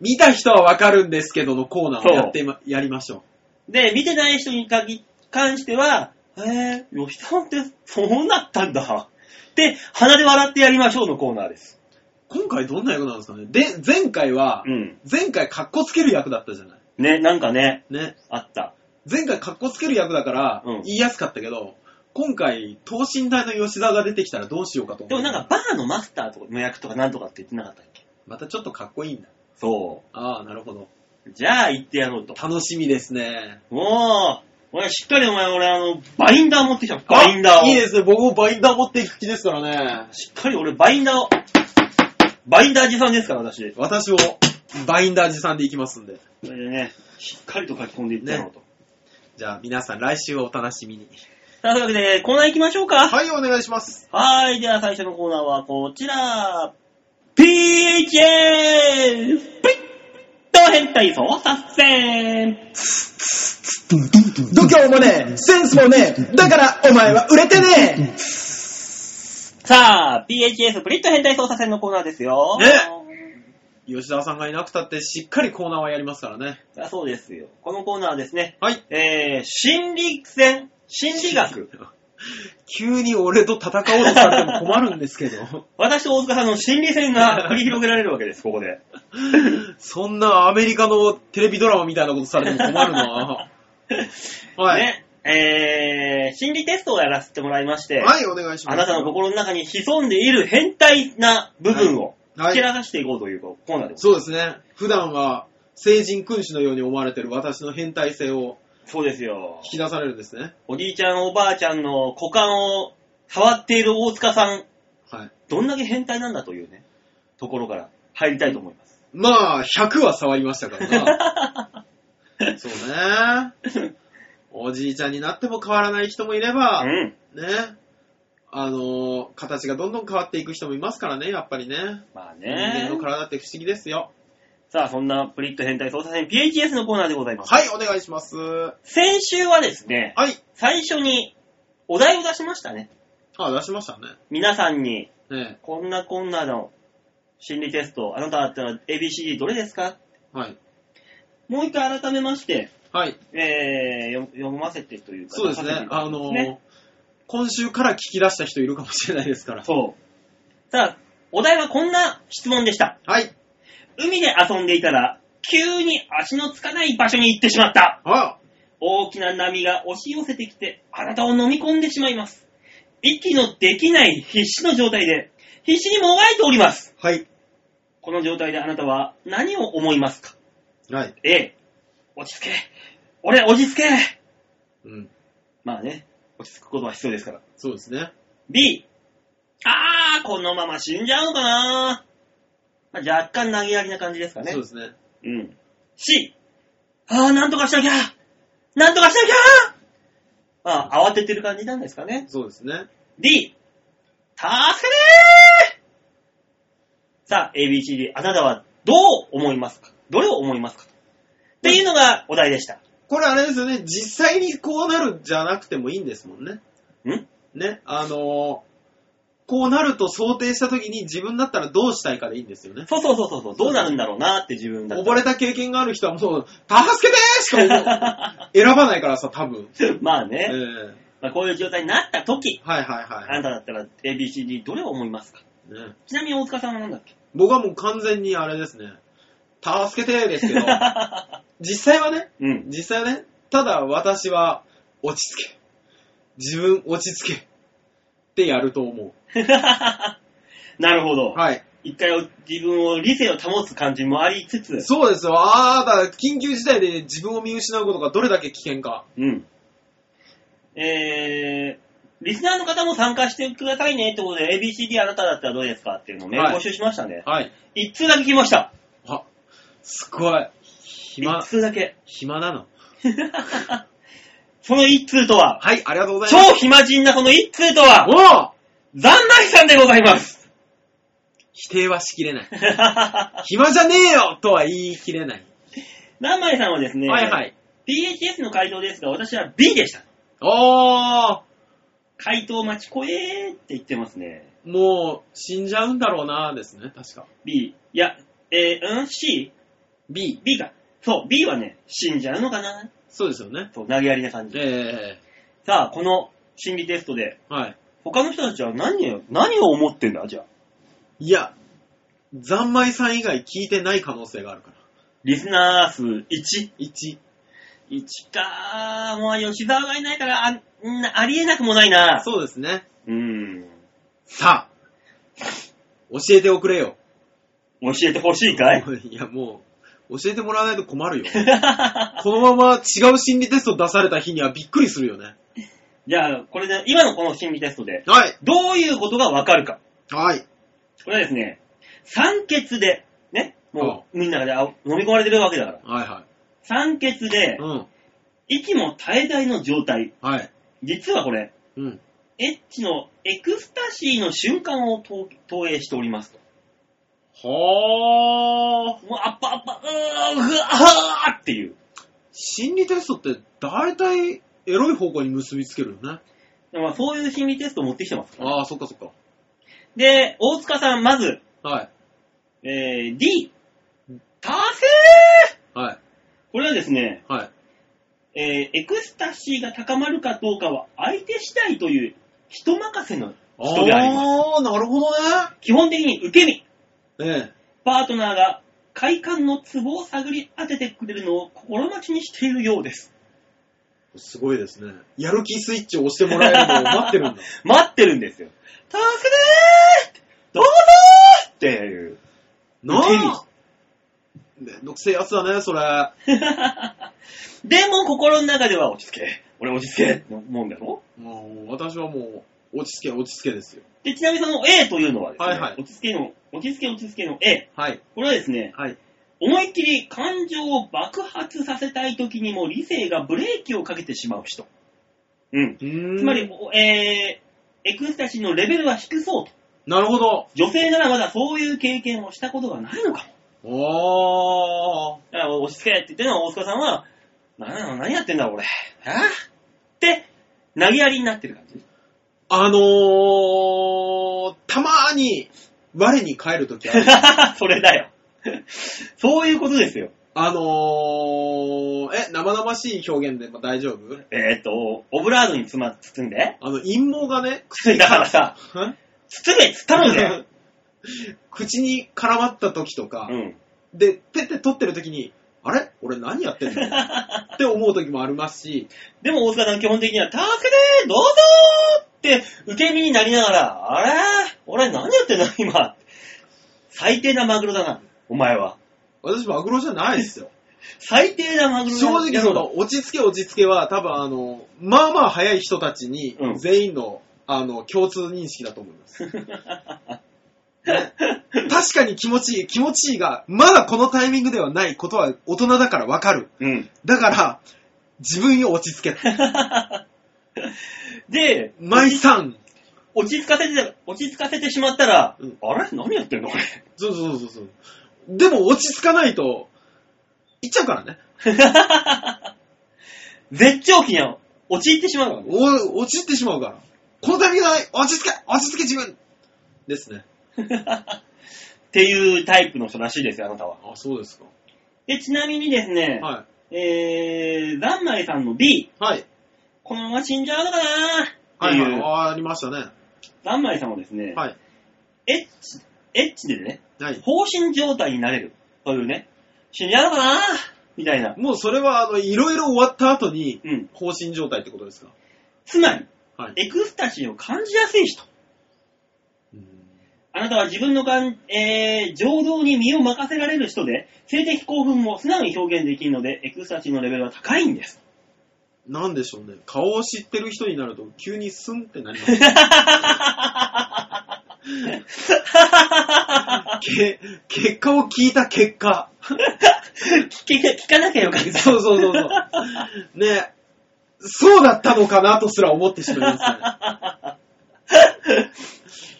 Speaker 3: 見た人はわかるんですけどのコーナーをやってま、やりましょ
Speaker 2: で、見てない人に限り関しては、えー、吉田さんってそうなったんだ。で、鼻で笑ってやりましょうのコーナーです。
Speaker 3: う。今回どんな役なんですかねで、前回は、
Speaker 2: うん。
Speaker 3: 前回カッコつける役だったじゃない。
Speaker 2: ね、なんかね、
Speaker 3: ね。
Speaker 2: あった。
Speaker 3: 前回カッコつける役だから
Speaker 2: うん、
Speaker 3: 言いやすかったけど、今回、等身大の吉沢が出てきたらどうしようかと思
Speaker 2: で
Speaker 3: う
Speaker 2: もなんか、バーのマスターとかの役とかなんとかって言ってなかったっけ
Speaker 3: またちょっとかっこいいんだ。
Speaker 2: そ
Speaker 3: ああ、なるほど。
Speaker 2: う。じゃあ、行ってやろうと。
Speaker 3: 楽しみですね。
Speaker 2: もう、俺しっかりお前、俺あの、バインダー持ってきた。
Speaker 3: あ
Speaker 2: バインダーを。
Speaker 3: いいですね。僕もバインダー持っていく気ですからね。
Speaker 2: しっかり俺、バインダーを。バインダー持参ですから、私。
Speaker 3: 私も、バインダー持参でいきますんで。
Speaker 2: それでね、しっかりと書き込んでいってやろうと。
Speaker 3: じゃあ、皆さん来週をお楽しみに。
Speaker 2: さあ、というわけで、コーナー行きましょうか。
Speaker 3: はい、お願いします。
Speaker 2: はーい。では最初のコーナーはこちら。PHS! ピッと変態操作戦
Speaker 4: 度胸もねえ、センスもねえ、だからお前は売れてねえ
Speaker 2: さあ、PHS プリット変態操作戦のコーナーですよ。
Speaker 3: ね吉沢さんがいなくたって、しっかりコーナーはやりますからね。
Speaker 2: だそうですよ。このコーナーはですね、
Speaker 3: はい。
Speaker 2: えー、心理戦、心理学。。
Speaker 3: 急に俺と戦おうとされても困るんですけど。
Speaker 2: 私と大塚さんの心理戦 が繰り広げられるわけです、ここで。
Speaker 3: そんなアメリカのテレビドラマみたいなことされても困るなはい。
Speaker 2: ね。えー、心理テストをやらせてもらいまして、
Speaker 3: はい、お願いします。
Speaker 2: あなたの心の中に潜んでいる変態な部分を
Speaker 3: はい
Speaker 2: 蹴らかしていこうというコーナーです。
Speaker 3: そうですね。普段は、成人君主のように思われてる私の変態性を
Speaker 2: そうですよ。
Speaker 3: 引き出されるんですね。
Speaker 2: おじいちゃんおばあちゃんの股間を触っている大塚さん、
Speaker 3: はい。
Speaker 2: どんだけ変態なんだというね、ところから入りたいと思います。
Speaker 3: まあ、100は触りましたか らな。そうね。おじいちゃんになっても変わらない人もいれば、
Speaker 2: う
Speaker 3: ね。
Speaker 2: ん。
Speaker 3: あのー形がどんどん変わっていく人もいますからね、やっぱりね。
Speaker 2: まあ
Speaker 3: 人間
Speaker 2: ね
Speaker 3: の。体って不思議ですよ。
Speaker 2: さあ、そんなプリット変態操作戦 PHS のコーナーでございます。
Speaker 3: はい、お願いします。は
Speaker 2: 先週はですね、
Speaker 3: い。
Speaker 2: 最初にお題を出しましたね。
Speaker 3: あ、出しましたね。
Speaker 2: 皆さんに、
Speaker 3: ね
Speaker 2: こんなこんなの心理テスト、あなただったら ABCD どれですか
Speaker 3: はい。
Speaker 2: もう一回改めまして、
Speaker 3: はい。
Speaker 2: えー、読読ませてというか、
Speaker 3: そうです
Speaker 2: 出させて
Speaker 3: ね
Speaker 2: い。ただ
Speaker 3: あ
Speaker 2: きます
Speaker 3: のー
Speaker 2: ね
Speaker 3: 今週から聞き出した人いるかもしれないですから。
Speaker 2: そう。さあ、お題はこんな質問でした。
Speaker 3: はい。
Speaker 2: 海で遊んでいたら、急に足のつかない場所に行ってしまった。
Speaker 3: あ
Speaker 2: 大きな波が押し寄せてきて、あなたを飲み込んでしまいます。息のできない必死の状態で、必死にもがいております。
Speaker 3: はい。
Speaker 2: この状態であなたは何を思いますか
Speaker 3: はい。
Speaker 2: ?A、落ち着け。俺、落ち着け。
Speaker 3: うん。
Speaker 2: まあね、落ち着くことは必要ですから。
Speaker 3: そうですね。
Speaker 2: B、あー、このまま死んじゃうのかな、まあ、若干投げやりな感じですかね。
Speaker 3: そうですね。
Speaker 2: うん。C、あー、なんとかしなきゃなんとかしなきゃまあ、慌ててる感じなんですかね。
Speaker 3: そうですね。
Speaker 2: D、助けてーさあ、ABCD、あなたはどう思いますかどれを思いますかっていうのがお題でした。
Speaker 3: これあれですよね。実際にこうなるじゃなくてもいいんですもんね。
Speaker 2: ん
Speaker 3: ね。あのーこうなると想定した時に自分だったらどうしたいかでいいんですよね。
Speaker 2: そうそうそうそうそう、どうなるんだろうなって自分だった
Speaker 3: 溺れた経験がある人はもう、助けてーしか思う選ばないからさ、多分。
Speaker 2: まあ
Speaker 3: え
Speaker 2: ね。
Speaker 3: え
Speaker 2: まあ、こういう状態になった時、
Speaker 3: はいはいは
Speaker 2: あなただったら ABCD どれを思いますか
Speaker 3: い。ね、
Speaker 2: ちなみに大塚さんは何だっけ
Speaker 3: 僕はもう完全にあれですね。助けてーですけど、実際はね、
Speaker 2: うん。
Speaker 3: 実際はね、ただ私は落ち着け。自分落ち着け。ってやると思
Speaker 2: なるほど。
Speaker 3: う。はい。
Speaker 2: 一回お自分を理性を保つ感じもありつつ、
Speaker 3: そうですよ。あーだ、緊急事態で自分を見失うことがどれだけ危険か。
Speaker 2: うん。えー、リスナーの方も参加してくださいねってことで、ABCD あなただったらどうですかっていうのをね、
Speaker 3: はい
Speaker 2: 募集しましたね。
Speaker 3: はい。
Speaker 2: 一通だけ来ました。
Speaker 3: あ、すごい。暇
Speaker 2: 一、通だけ。
Speaker 3: 暇なの。
Speaker 2: その一通とは、
Speaker 3: はい、ありがとうござい
Speaker 2: 超
Speaker 3: ます。
Speaker 2: 暇人なその一通とは、
Speaker 3: もう
Speaker 2: ザンマイさんでござい ます。
Speaker 3: 否定はしきれない。暇じゃねえよとは言い切れない。
Speaker 2: ザンマイさんはですね、
Speaker 3: はいはい。
Speaker 2: PHS の回答ですが、私は B でした。
Speaker 3: おー、
Speaker 2: 回答待ちこえーって言ってますね。
Speaker 3: もう死んじゃうんだろうなーですね、確か。
Speaker 2: B。いや、えー、うん ?C?
Speaker 3: B。
Speaker 2: B か。そう、B はね、死んじゃうのかな
Speaker 3: そうですよね。
Speaker 2: そう、投げやりな感じ。
Speaker 3: え
Speaker 2: さあ、この心理テストで、
Speaker 3: ー、はい。
Speaker 2: 他の人たちは何を、何を思ってんだじゃあ。
Speaker 3: いや、残米さん以外聞いてない可能性があるから。
Speaker 2: リスナー数 1?1
Speaker 3: 1。
Speaker 2: かー。もう吉沢がいないから、あ、んありえなくもないな。
Speaker 3: そうですね。
Speaker 2: う。うん。
Speaker 3: さあ、教えておくれよ。
Speaker 2: 教えてほしい かい
Speaker 3: いや、もう、教えてもらわないと困るよ。 このまま違う心理テスト出された日にはびっくりするよね。
Speaker 2: じゃあ、これで、今のこの心理テストで、
Speaker 3: はい。
Speaker 2: どういうことがわかるか。
Speaker 3: はい。
Speaker 2: これはですね、酸欠で、ね、もう、みんなであ飲み込まれてるわけだから。
Speaker 3: はいは
Speaker 2: 酸欠で
Speaker 3: い。う、ん。
Speaker 2: 息も絶え絶えの状態。
Speaker 3: はい。
Speaker 2: 実はこれ、
Speaker 3: うん。
Speaker 2: エッチのエクスタシーの瞬間を投投影しておりますと。もう、
Speaker 3: はー。
Speaker 2: アッパアッパ、うー、うわーっていう。
Speaker 3: 心理テストって大体エロい方向に結びつけるよね。
Speaker 2: まあ、そういう心理テストを持ってきてますから。
Speaker 3: ああ、そっかそっか。
Speaker 2: で、大塚さん、まず、
Speaker 3: はい。
Speaker 2: えー、D、達成
Speaker 3: はい。
Speaker 2: これはですね、
Speaker 3: はい。
Speaker 2: えー、エクスタシーが高まるかどうかは相手次第という人任せの人であります。
Speaker 3: あー、なるほど
Speaker 2: 基本的に受け身。
Speaker 3: ね。え
Speaker 2: パートナーが快感のツボを探り当ててくれるのを心待ちにしているようです。
Speaker 3: え。すごいですね。やる気スイッチを押してもらえるのを待ってるんだ。
Speaker 2: 待ってるんですよ。助けてーどうぞーっていう。
Speaker 3: なあめんどくせえやつだね、それ。
Speaker 2: でも心の中では落ち着け。俺落ち着けって思うんだろ
Speaker 3: もう、私はもう、落ち着け、落ち着けですよ。
Speaker 2: で、ちなみにその A というのはですね、
Speaker 3: はいはい
Speaker 2: 落ち着けの、落ち着け落ち着けの A。
Speaker 3: はい。
Speaker 2: これはですね、
Speaker 3: はい。
Speaker 2: 思いっきり感情を爆発させたい時にも理性がブレーキをかけてしまう人。うん。
Speaker 3: うーん。
Speaker 2: つまり、、おえー、エクスタシーのレベルは低そうと。
Speaker 3: なるほど。
Speaker 2: 女性ならまだそういう経験をしたことがないのかも。
Speaker 3: おー。
Speaker 2: だから落ち着けって言ってるのは大塚さんは、何なの何やってんだ俺。えーって、投げやりになってる感じ。
Speaker 3: あのー、たまーに、我に帰るときある。
Speaker 2: それだよ。そういうことですよ。
Speaker 3: あのー、え、生々しい表現でも大丈夫
Speaker 2: えっ、と、オブラードにつま、包んで。
Speaker 3: あの、陰謀がね、
Speaker 2: だからさ、 包めっつったのだ よ。
Speaker 3: 口に絡まった時とか
Speaker 2: う、ん。
Speaker 3: で、ペッて取ってる時に、あれ俺何やっ てんのって思う時もありますし、
Speaker 2: でも大塚さん基本的には、助けてどうぞーって受け身になりながら、あれ俺何やってんだ今。最低なマグロだな、お前は。
Speaker 3: 私マグロじゃないですよ。
Speaker 2: 最低なマグロ
Speaker 3: 正直その、落ち着け落ち着けは多分あの、まあまあ早い人たちに
Speaker 2: うん
Speaker 3: 全員の、あの、共通認識だと思います。 ね確かに気持ちいい、気持ちいいが、まだこのタイミングではないことは大人だからわかる。
Speaker 2: うん。
Speaker 3: だから、自分よ落ち着け。
Speaker 2: で、
Speaker 3: マイさ ん。
Speaker 2: 落ち着かせて、落ち着かせてしまったら、
Speaker 3: うん
Speaker 2: あれ何やってんの俺。
Speaker 3: そうそうそうそう。でも落ち着かないと、いっちゃうからね。
Speaker 2: 絶頂期には陥ってしまうからね。
Speaker 3: お落ちってしまうから。このタイミングで落ち着け落ち着け自分ですね。
Speaker 2: っていうタイプの人らしいですよ、あなたは。
Speaker 3: あ、そうですか。
Speaker 2: で、ちなみにですね、
Speaker 3: は
Speaker 2: えー、ザンマイさんの B、
Speaker 3: い。はい。
Speaker 2: ここのまま死んじゃうのかな
Speaker 3: は
Speaker 2: ってい
Speaker 3: い、
Speaker 2: う、
Speaker 3: はい、ありましたね。
Speaker 2: ランマイさんもですね、
Speaker 3: はい。
Speaker 2: エッチ、エッチでね、
Speaker 3: はい。
Speaker 2: 放心状態になれる。というね、死んじゃうのかなみたいな。
Speaker 3: もうそれは、あの、いろいろ終わった後に、
Speaker 2: うん。
Speaker 3: 放心状態ってことですか
Speaker 2: つまり、
Speaker 3: はい。
Speaker 2: エクスタシーを感じやすい人。
Speaker 3: うん
Speaker 2: あなたは自分の感、えー、情動に身を任せられる人で、性的興奮も素直に表現できるので、エクスタシーのレベルは高いんです。
Speaker 3: なんでしょうね。顔を知ってる人になると、急にスンってなり ます、ね。け結果を聞いた結果。
Speaker 2: 聞け、聞かなきゃよかった。
Speaker 3: そうそうそうそう。ねそうだったのかなとすら思ってしまいますね。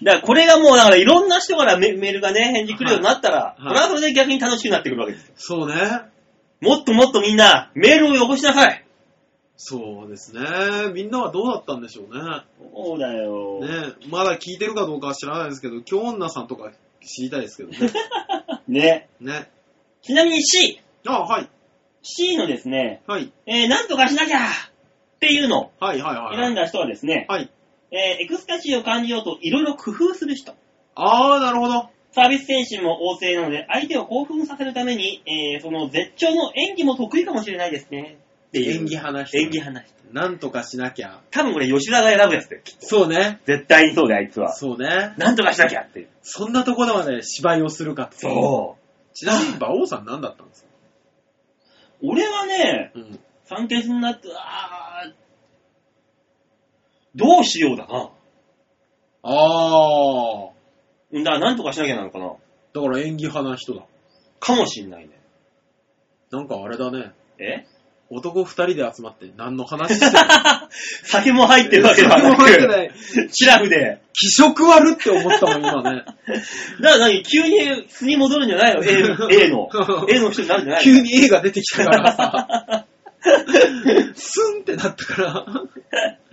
Speaker 2: だからこれがもう、だからいろんな人からメメールがね、返事来るようになったら、
Speaker 3: い
Speaker 2: これはそれで逆に楽しくなってくるわけですよ。
Speaker 3: そうね。
Speaker 2: もっともっとみんな、メールをよこしなさい。
Speaker 3: そうですね。みんなはどうだったんでしょうね。
Speaker 2: そうだよ。
Speaker 3: ねまだ聞いてるかどうかは知らないですけど、京女さんとか知りたいですけど ね。
Speaker 2: ね。
Speaker 3: ね。
Speaker 2: ちなみに C、
Speaker 3: あ、はい。
Speaker 2: C のですね、
Speaker 3: はい。
Speaker 2: えー、なんとかしなきゃっていうのを
Speaker 3: はい、はい、はい。
Speaker 2: 選んだ人はですね、
Speaker 3: はい。
Speaker 2: えーエクスタシーを感じようといろいろ工夫する人。
Speaker 3: あー、なるほど。
Speaker 2: サービス精神も旺盛なので、相手を興奮させるために、えーその絶頂の演技も得意かもしれないですね。っていう
Speaker 3: 演技派な人
Speaker 2: 演技派な人。
Speaker 3: なんとかしなきゃ。
Speaker 2: 多分これ吉田が選ぶやつだよ。
Speaker 3: そうね。
Speaker 2: 絶対にそうで、あいつは。
Speaker 3: そうね。
Speaker 2: なんとかしなきゃって。
Speaker 3: そんなところまで芝居をするかって。
Speaker 2: そう。
Speaker 3: ちなみに、馬王さん何だったんですか
Speaker 2: 俺はね、
Speaker 3: うん。
Speaker 2: 酸欠になって、あーどうしようだな。
Speaker 3: あ
Speaker 2: だ
Speaker 3: ー。
Speaker 2: からなんとかしなきゃなのかな。
Speaker 3: だから演技派な人だ。
Speaker 2: かもしんないね。
Speaker 3: なんかあれだね。
Speaker 2: え
Speaker 3: 男二人で集まって何の話してる
Speaker 2: 酒も入ってるわけではな
Speaker 3: 覚えてな
Speaker 2: く、
Speaker 3: い
Speaker 2: シラフで。
Speaker 3: 気色悪って思ったもん、今
Speaker 2: だ
Speaker 3: ね。
Speaker 2: から何急に素に戻るんじゃないの ?A, A の。A の人になるんじゃ ないの
Speaker 3: 急に A が出てきたからさ。 スンってなったから。あ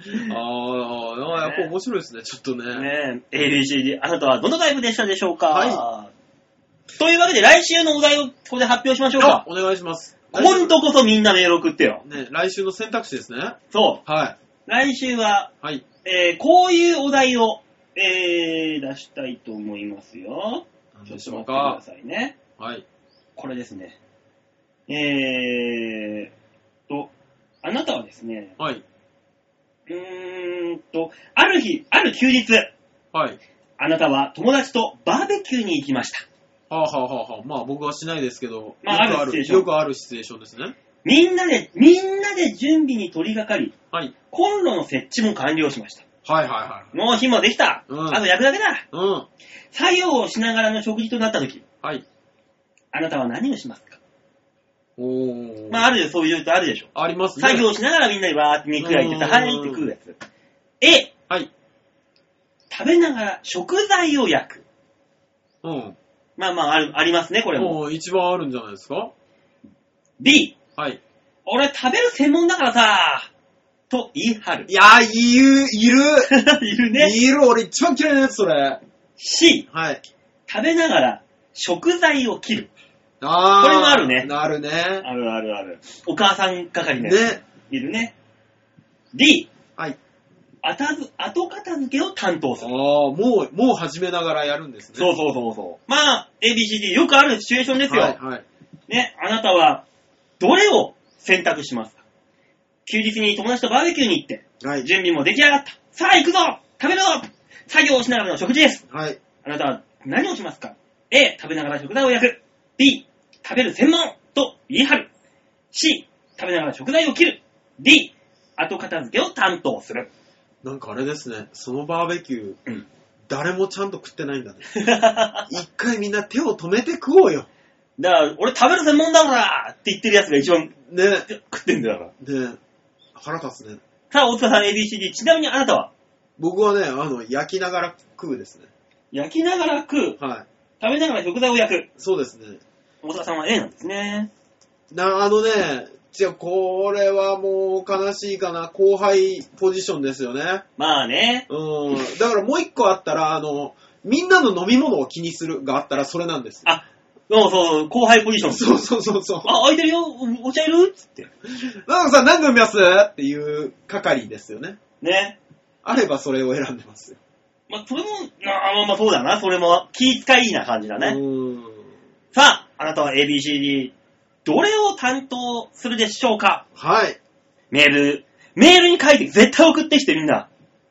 Speaker 3: ー、やっぱ面白いですね、ちょっとね。
Speaker 2: ねえ、ABCD、あなたはどのタイプでしたでしょうか
Speaker 3: は
Speaker 2: というわけで、来週のお題をここで発表しましょう
Speaker 3: あ
Speaker 2: か。
Speaker 3: お願いします。
Speaker 2: 今度こそみんなメール送ってよ。
Speaker 3: ね、来週の選択肢ですね。
Speaker 2: そ
Speaker 3: は
Speaker 2: う。来週は、
Speaker 3: い。はい。
Speaker 2: えーこういうお題を、えー出したいと思いますよ。
Speaker 3: 何
Speaker 2: ちょ
Speaker 3: で
Speaker 2: っと
Speaker 3: しょ
Speaker 2: 待っ
Speaker 3: う
Speaker 2: てくだ
Speaker 3: か。
Speaker 2: さいね。
Speaker 3: はい。
Speaker 2: これですね。えーと、あなたはですね、
Speaker 3: はい。
Speaker 2: うーんと、ある日、ある休日、
Speaker 3: はい。
Speaker 2: あなたは友達とバーベキューに行きました。
Speaker 3: はあ、はあはあはあ、まあ僕はしないですけど、
Speaker 2: まあ
Speaker 3: よく
Speaker 2: あるシチュエーション
Speaker 3: よくあるシチュエーションですね。
Speaker 2: みんなで、みんなで準備に取り掛かり、
Speaker 3: はい。
Speaker 2: コンロの設置も完了しました。
Speaker 3: はいはいはい。
Speaker 2: もう火もできた。
Speaker 3: うん
Speaker 2: あと焼くだけだ。
Speaker 3: うん。
Speaker 2: 作業をしながらの食事となった時、
Speaker 3: はい。
Speaker 2: あなたは何をしますか
Speaker 3: おー。
Speaker 2: まあ、あるで、そういう状態あるでしょ。
Speaker 3: ありますね。
Speaker 2: 作業しながらみんなでわーって肉焼いてさ、
Speaker 3: うん
Speaker 2: はいって食うやつ。A、
Speaker 3: はい。
Speaker 2: 食べながら食材を焼く。
Speaker 3: うん。
Speaker 2: まあまあ、ある、ありますね、これも。
Speaker 3: もう一番あるんじゃないですか
Speaker 2: B、
Speaker 3: はい。
Speaker 2: 俺食べる専門だからさ、と言い張る
Speaker 3: い。やー、いる、いる、
Speaker 2: いる ね。
Speaker 3: いる、俺一番嫌いなやつ、それ。
Speaker 2: C、
Speaker 3: はい。
Speaker 2: 食べながら食材を切る。
Speaker 3: あー。
Speaker 2: これもあるね
Speaker 3: なるね。
Speaker 2: あるあるある。お母さん係のやつ
Speaker 3: ね。
Speaker 2: いるね。D、
Speaker 3: はい。
Speaker 2: あたず、後片付けを担当
Speaker 3: あ
Speaker 2: す
Speaker 3: ー、
Speaker 2: る。
Speaker 3: もう、もう始めながらやるんですね。
Speaker 2: そうそうそうそう。まあ、ABCD よくあるシチュエーションですよ。
Speaker 3: はい、はい。
Speaker 2: ね、あなたは、どれを選択しますか休日に友達とバーベキューに行って、
Speaker 3: はい。
Speaker 2: 準備も出来上がった。さあ行くぞ食べろ作業をしながらの食事です。
Speaker 3: はい。
Speaker 2: あなたは何をしますか ?A、食べながら食材を焼く。B、食べる専門と言い張る。C、食べながら食材を切る。D、後片付けを担当する。
Speaker 3: なんかあれですね、そのバーベキュー、
Speaker 2: うん
Speaker 3: 誰もちゃんと食ってないん だね。一回みんな手を止めて食おうよ。
Speaker 2: だから、俺食べる専門だからって言ってるやつが一番
Speaker 3: ね。
Speaker 2: 食ってんだから。
Speaker 3: ね。腹立つね。
Speaker 2: さあ、大塚さん ABCD。ちなみにあなたは、
Speaker 3: 僕はね、あの、焼きながら食うですね。
Speaker 2: 焼きながら食う。
Speaker 3: はい。
Speaker 2: 食べながら食材を焼く。
Speaker 3: そうですね。
Speaker 2: 大塚さんは A なんですね。
Speaker 3: な、あのね、じゃあこれはもう悲しいかな。後輩ポジションですよね。
Speaker 2: まあね。
Speaker 3: うん。だからもう一個あったら、あの、みんなの飲み物を気にするがあったらそれなんです。
Speaker 2: あ、そうそう、後輩ポジション。
Speaker 3: そうそうそうそう。
Speaker 2: あ、空いてるよおお茶いるつって。
Speaker 3: なのさん何組ますっていう係ですよね。
Speaker 2: ね。
Speaker 3: あればそれを選んでますよ。
Speaker 2: まあ、それも、なあまあまあそうだな。それも気遣いな感じだね。
Speaker 3: うーん。
Speaker 2: さあ、あなたは ABCD、どれを担当するでしょうか
Speaker 3: はい。
Speaker 2: メール、メールに書いて絶対送ってきてみんな。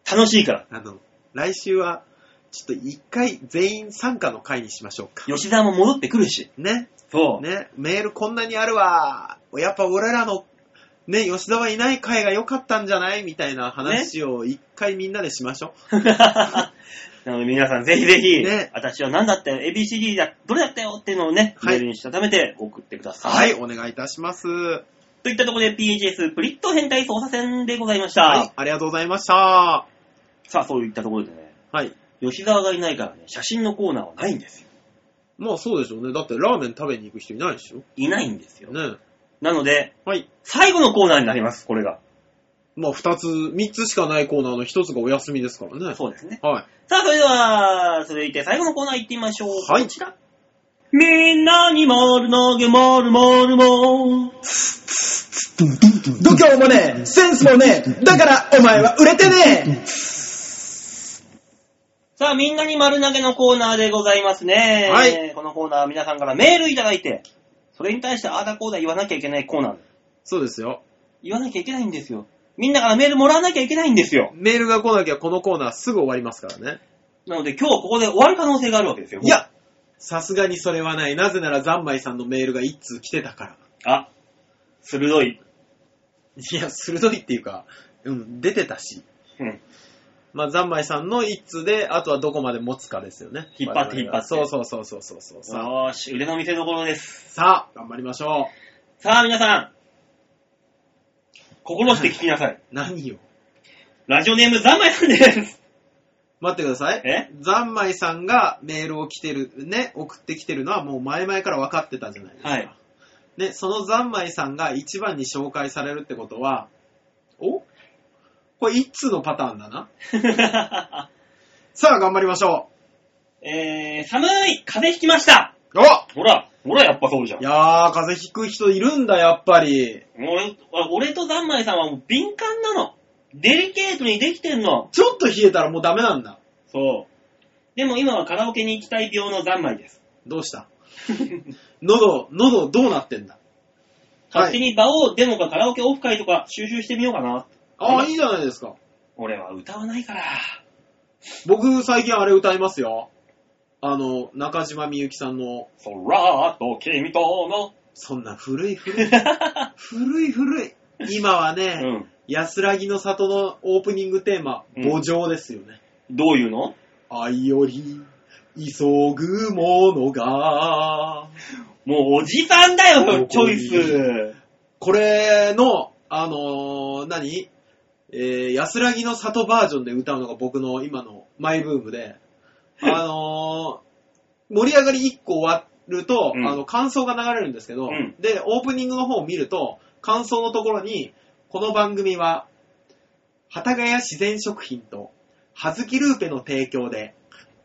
Speaker 2: 楽しいから。
Speaker 3: あの、来週は、ちょっと一回全員参加の会にしましょうか。
Speaker 2: 吉沢も戻ってくるし。
Speaker 3: ね。
Speaker 2: そう。
Speaker 3: ね。メールこんなにあるわ。やっぱ俺らの、ね、吉田はいない会が良かったんじゃないみたいな話を一回みんなでしましょ
Speaker 2: なので皆さんぜひぜひ、
Speaker 3: ね
Speaker 2: 私は何だったよ、ABCD だ、どれだったよっていうのをね、
Speaker 3: はい
Speaker 2: メールにしたためて送ってくだ
Speaker 3: う。
Speaker 2: さ。
Speaker 3: はいい、お願いいたします。は
Speaker 2: といったところで PHS プリット変態操作戦でございました。
Speaker 3: い、ありがとうございました。
Speaker 2: さあ、そういったところでね、
Speaker 3: はい。
Speaker 2: 吉沢がいないからね、写真のコーナーはないんですよ。
Speaker 3: まあそうでしょうね。だってラーメン食べに行く人いないでしょ
Speaker 2: いないんですよ。
Speaker 3: ね。
Speaker 2: なので、
Speaker 3: はい。
Speaker 2: 最後のコーナーになります、これが。
Speaker 3: まあ二つ、三つしかないコーナーの一つがお休みですからね。
Speaker 2: そうですね。
Speaker 3: はい。
Speaker 2: さあ、それでは、続いて最後のコーナー行ってみましょう。
Speaker 3: はい
Speaker 2: こちら。みんなに丸投げ丸丸丸。
Speaker 4: 度胸もねえ、センスもねえ、だからお前は売れてね
Speaker 2: さあ、みんなに丸投げのコーナーでございますね。
Speaker 3: はい。
Speaker 2: このコーナーは皆さんからメールいただいて、それに対してあーだこーだ言わなきゃいけないコーナー。
Speaker 3: そうですよ。
Speaker 2: 言わなきゃいけないんですよ。みんなからメールもらわなきゃいけないんですよ。
Speaker 3: メールが来なきゃこのコーナーすぐ終わりますからね。
Speaker 2: なので今日ここで終わる可能性があるわけですよ。
Speaker 3: いや、さすがにそれはない。なぜならざんまいさんのメールが一通来てたから。
Speaker 2: あ、鋭い。
Speaker 3: いや、鋭いっていうか、うん、出てたし。
Speaker 2: うん。
Speaker 3: まあ、ざんまいさんの一通で、あとはどこまで持つかですよね。
Speaker 2: 引っ張って
Speaker 3: 我々
Speaker 2: 引っ張
Speaker 3: が
Speaker 2: って
Speaker 3: そうそうそうそうそうそう。さあ、
Speaker 2: よーし、腕の見せ所です。
Speaker 3: さあ、頑張りましょ
Speaker 2: さあ、皆さん。心して聞きなさい。
Speaker 3: う。何よ。
Speaker 2: ラジオネームざんまいさんです。
Speaker 3: 待ってください。
Speaker 2: え
Speaker 3: ざんまいさんがメールを来てる、ね、送ってきてるのはもう前々から分かってたじゃないですか。
Speaker 2: はい。
Speaker 3: ね、そのざんまいさんが一番に紹介されるってことは、おこれ一通のパターンだな。さあ、頑張りましょ
Speaker 2: えー、寒い風邪ひきました
Speaker 3: う。お
Speaker 2: ほら、ほらやっぱそうじゃん
Speaker 3: い。やー、風邪ひく人いるんだ、やっぱり。
Speaker 2: 俺、俺とざんまいさんはもう敏感なの。デリケートにできてんの。
Speaker 3: ちょっと冷えたらもうダメなんだ。
Speaker 2: そう。でも今はカラオケに行きたい病のざんまいです。
Speaker 3: どうした 喉、喉どうなってんだ
Speaker 2: 勝手に場をデモかカラオケオフ会とか収集してみようかな。
Speaker 3: ああ、いいじゃないですか。
Speaker 2: 俺は歌わないから。
Speaker 3: 僕、最近あれ歌いますよ。あの、中島みゆきさんの、
Speaker 2: 空と君との。
Speaker 3: そんな古い古 い、古い古い。今はね、
Speaker 2: うん。
Speaker 3: 安らぎの里のオープニングテーマ、
Speaker 2: うん
Speaker 3: 墓場ですよね。
Speaker 2: どういうの
Speaker 3: 愛より、急ぐものが、
Speaker 2: もうおじさんだよ、チ
Speaker 3: ど
Speaker 2: ョ
Speaker 3: こに
Speaker 2: イス。
Speaker 3: これの、あのー何えー、安らぎの里バージョンで歌うのが僕の今のマイブームで、あのー盛り上がり1個終わると、
Speaker 2: うん
Speaker 3: あの、感想が流れるんですけど、
Speaker 2: うん
Speaker 3: で、オープニングの方を見ると、感想のところに、この番組は、幡ヶ谷自然食品と、葉月ルーペの提供で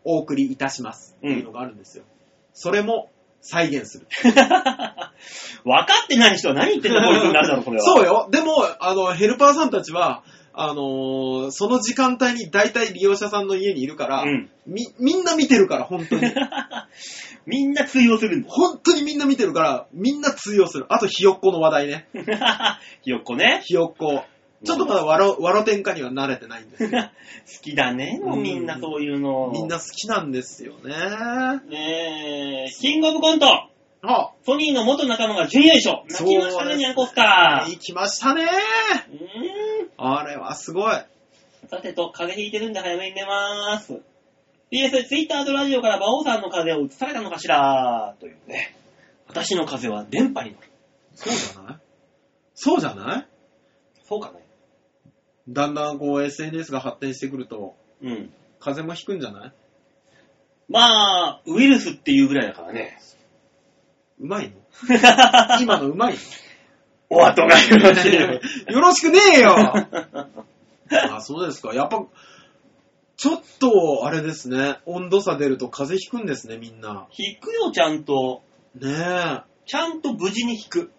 Speaker 3: お送りいたします。っていうのがあるんですよ。それも再現する。
Speaker 2: 分かってない人は何言ってんだ、こいつになるだろ、これは。
Speaker 3: そう
Speaker 2: う。
Speaker 3: よ。でも、あの、ヘルパーさんたちは、あのーその時間帯に大体利用者さんの家にいるから、
Speaker 2: うん。
Speaker 3: み、みんな見てるから、本 当に。
Speaker 2: みんな通用するん
Speaker 3: 本当にみんな見てるから、みんな通用する。あと、ひよっこの話題ね。
Speaker 2: だ。 ひよっこね。
Speaker 3: ひよっこ。ちょっとまだわろ、わろてんかには慣れてないんですけど
Speaker 2: 好きだね、もうみんなそういうの。
Speaker 3: みんな。好きなんですよね。あ、
Speaker 2: ねえ、キングオブコント、ソニーの元仲間が準優勝。泣
Speaker 3: そう
Speaker 2: きましたね、ニャンコスター。
Speaker 3: 行きましたね。
Speaker 2: うーん。
Speaker 3: あれはすごい。
Speaker 2: さてと、風邪ひいてるんで早めに寝まーす。PS、ツイッターとラジオから馬王さんの風邪を移されたのかしらというね。私の風邪は電波に乗る。
Speaker 3: そうじゃないそうじゃない
Speaker 2: そうかね。
Speaker 3: だんだんこう SNS が発展してくると、
Speaker 2: うん。
Speaker 3: 風邪もひくんじゃない
Speaker 2: まあ、ウイルスっていうぐらいだからね。
Speaker 3: うまいの今のうまい
Speaker 2: お後がよろしいよう
Speaker 3: の よろしくねえよ あ、そうですか。やっぱ、ちょっと、あれですね。温度差出ると風邪ひくんですね、みんな。
Speaker 2: 引くよ、ちゃんと。
Speaker 3: ねえ。
Speaker 2: ちゃんと無事に引く。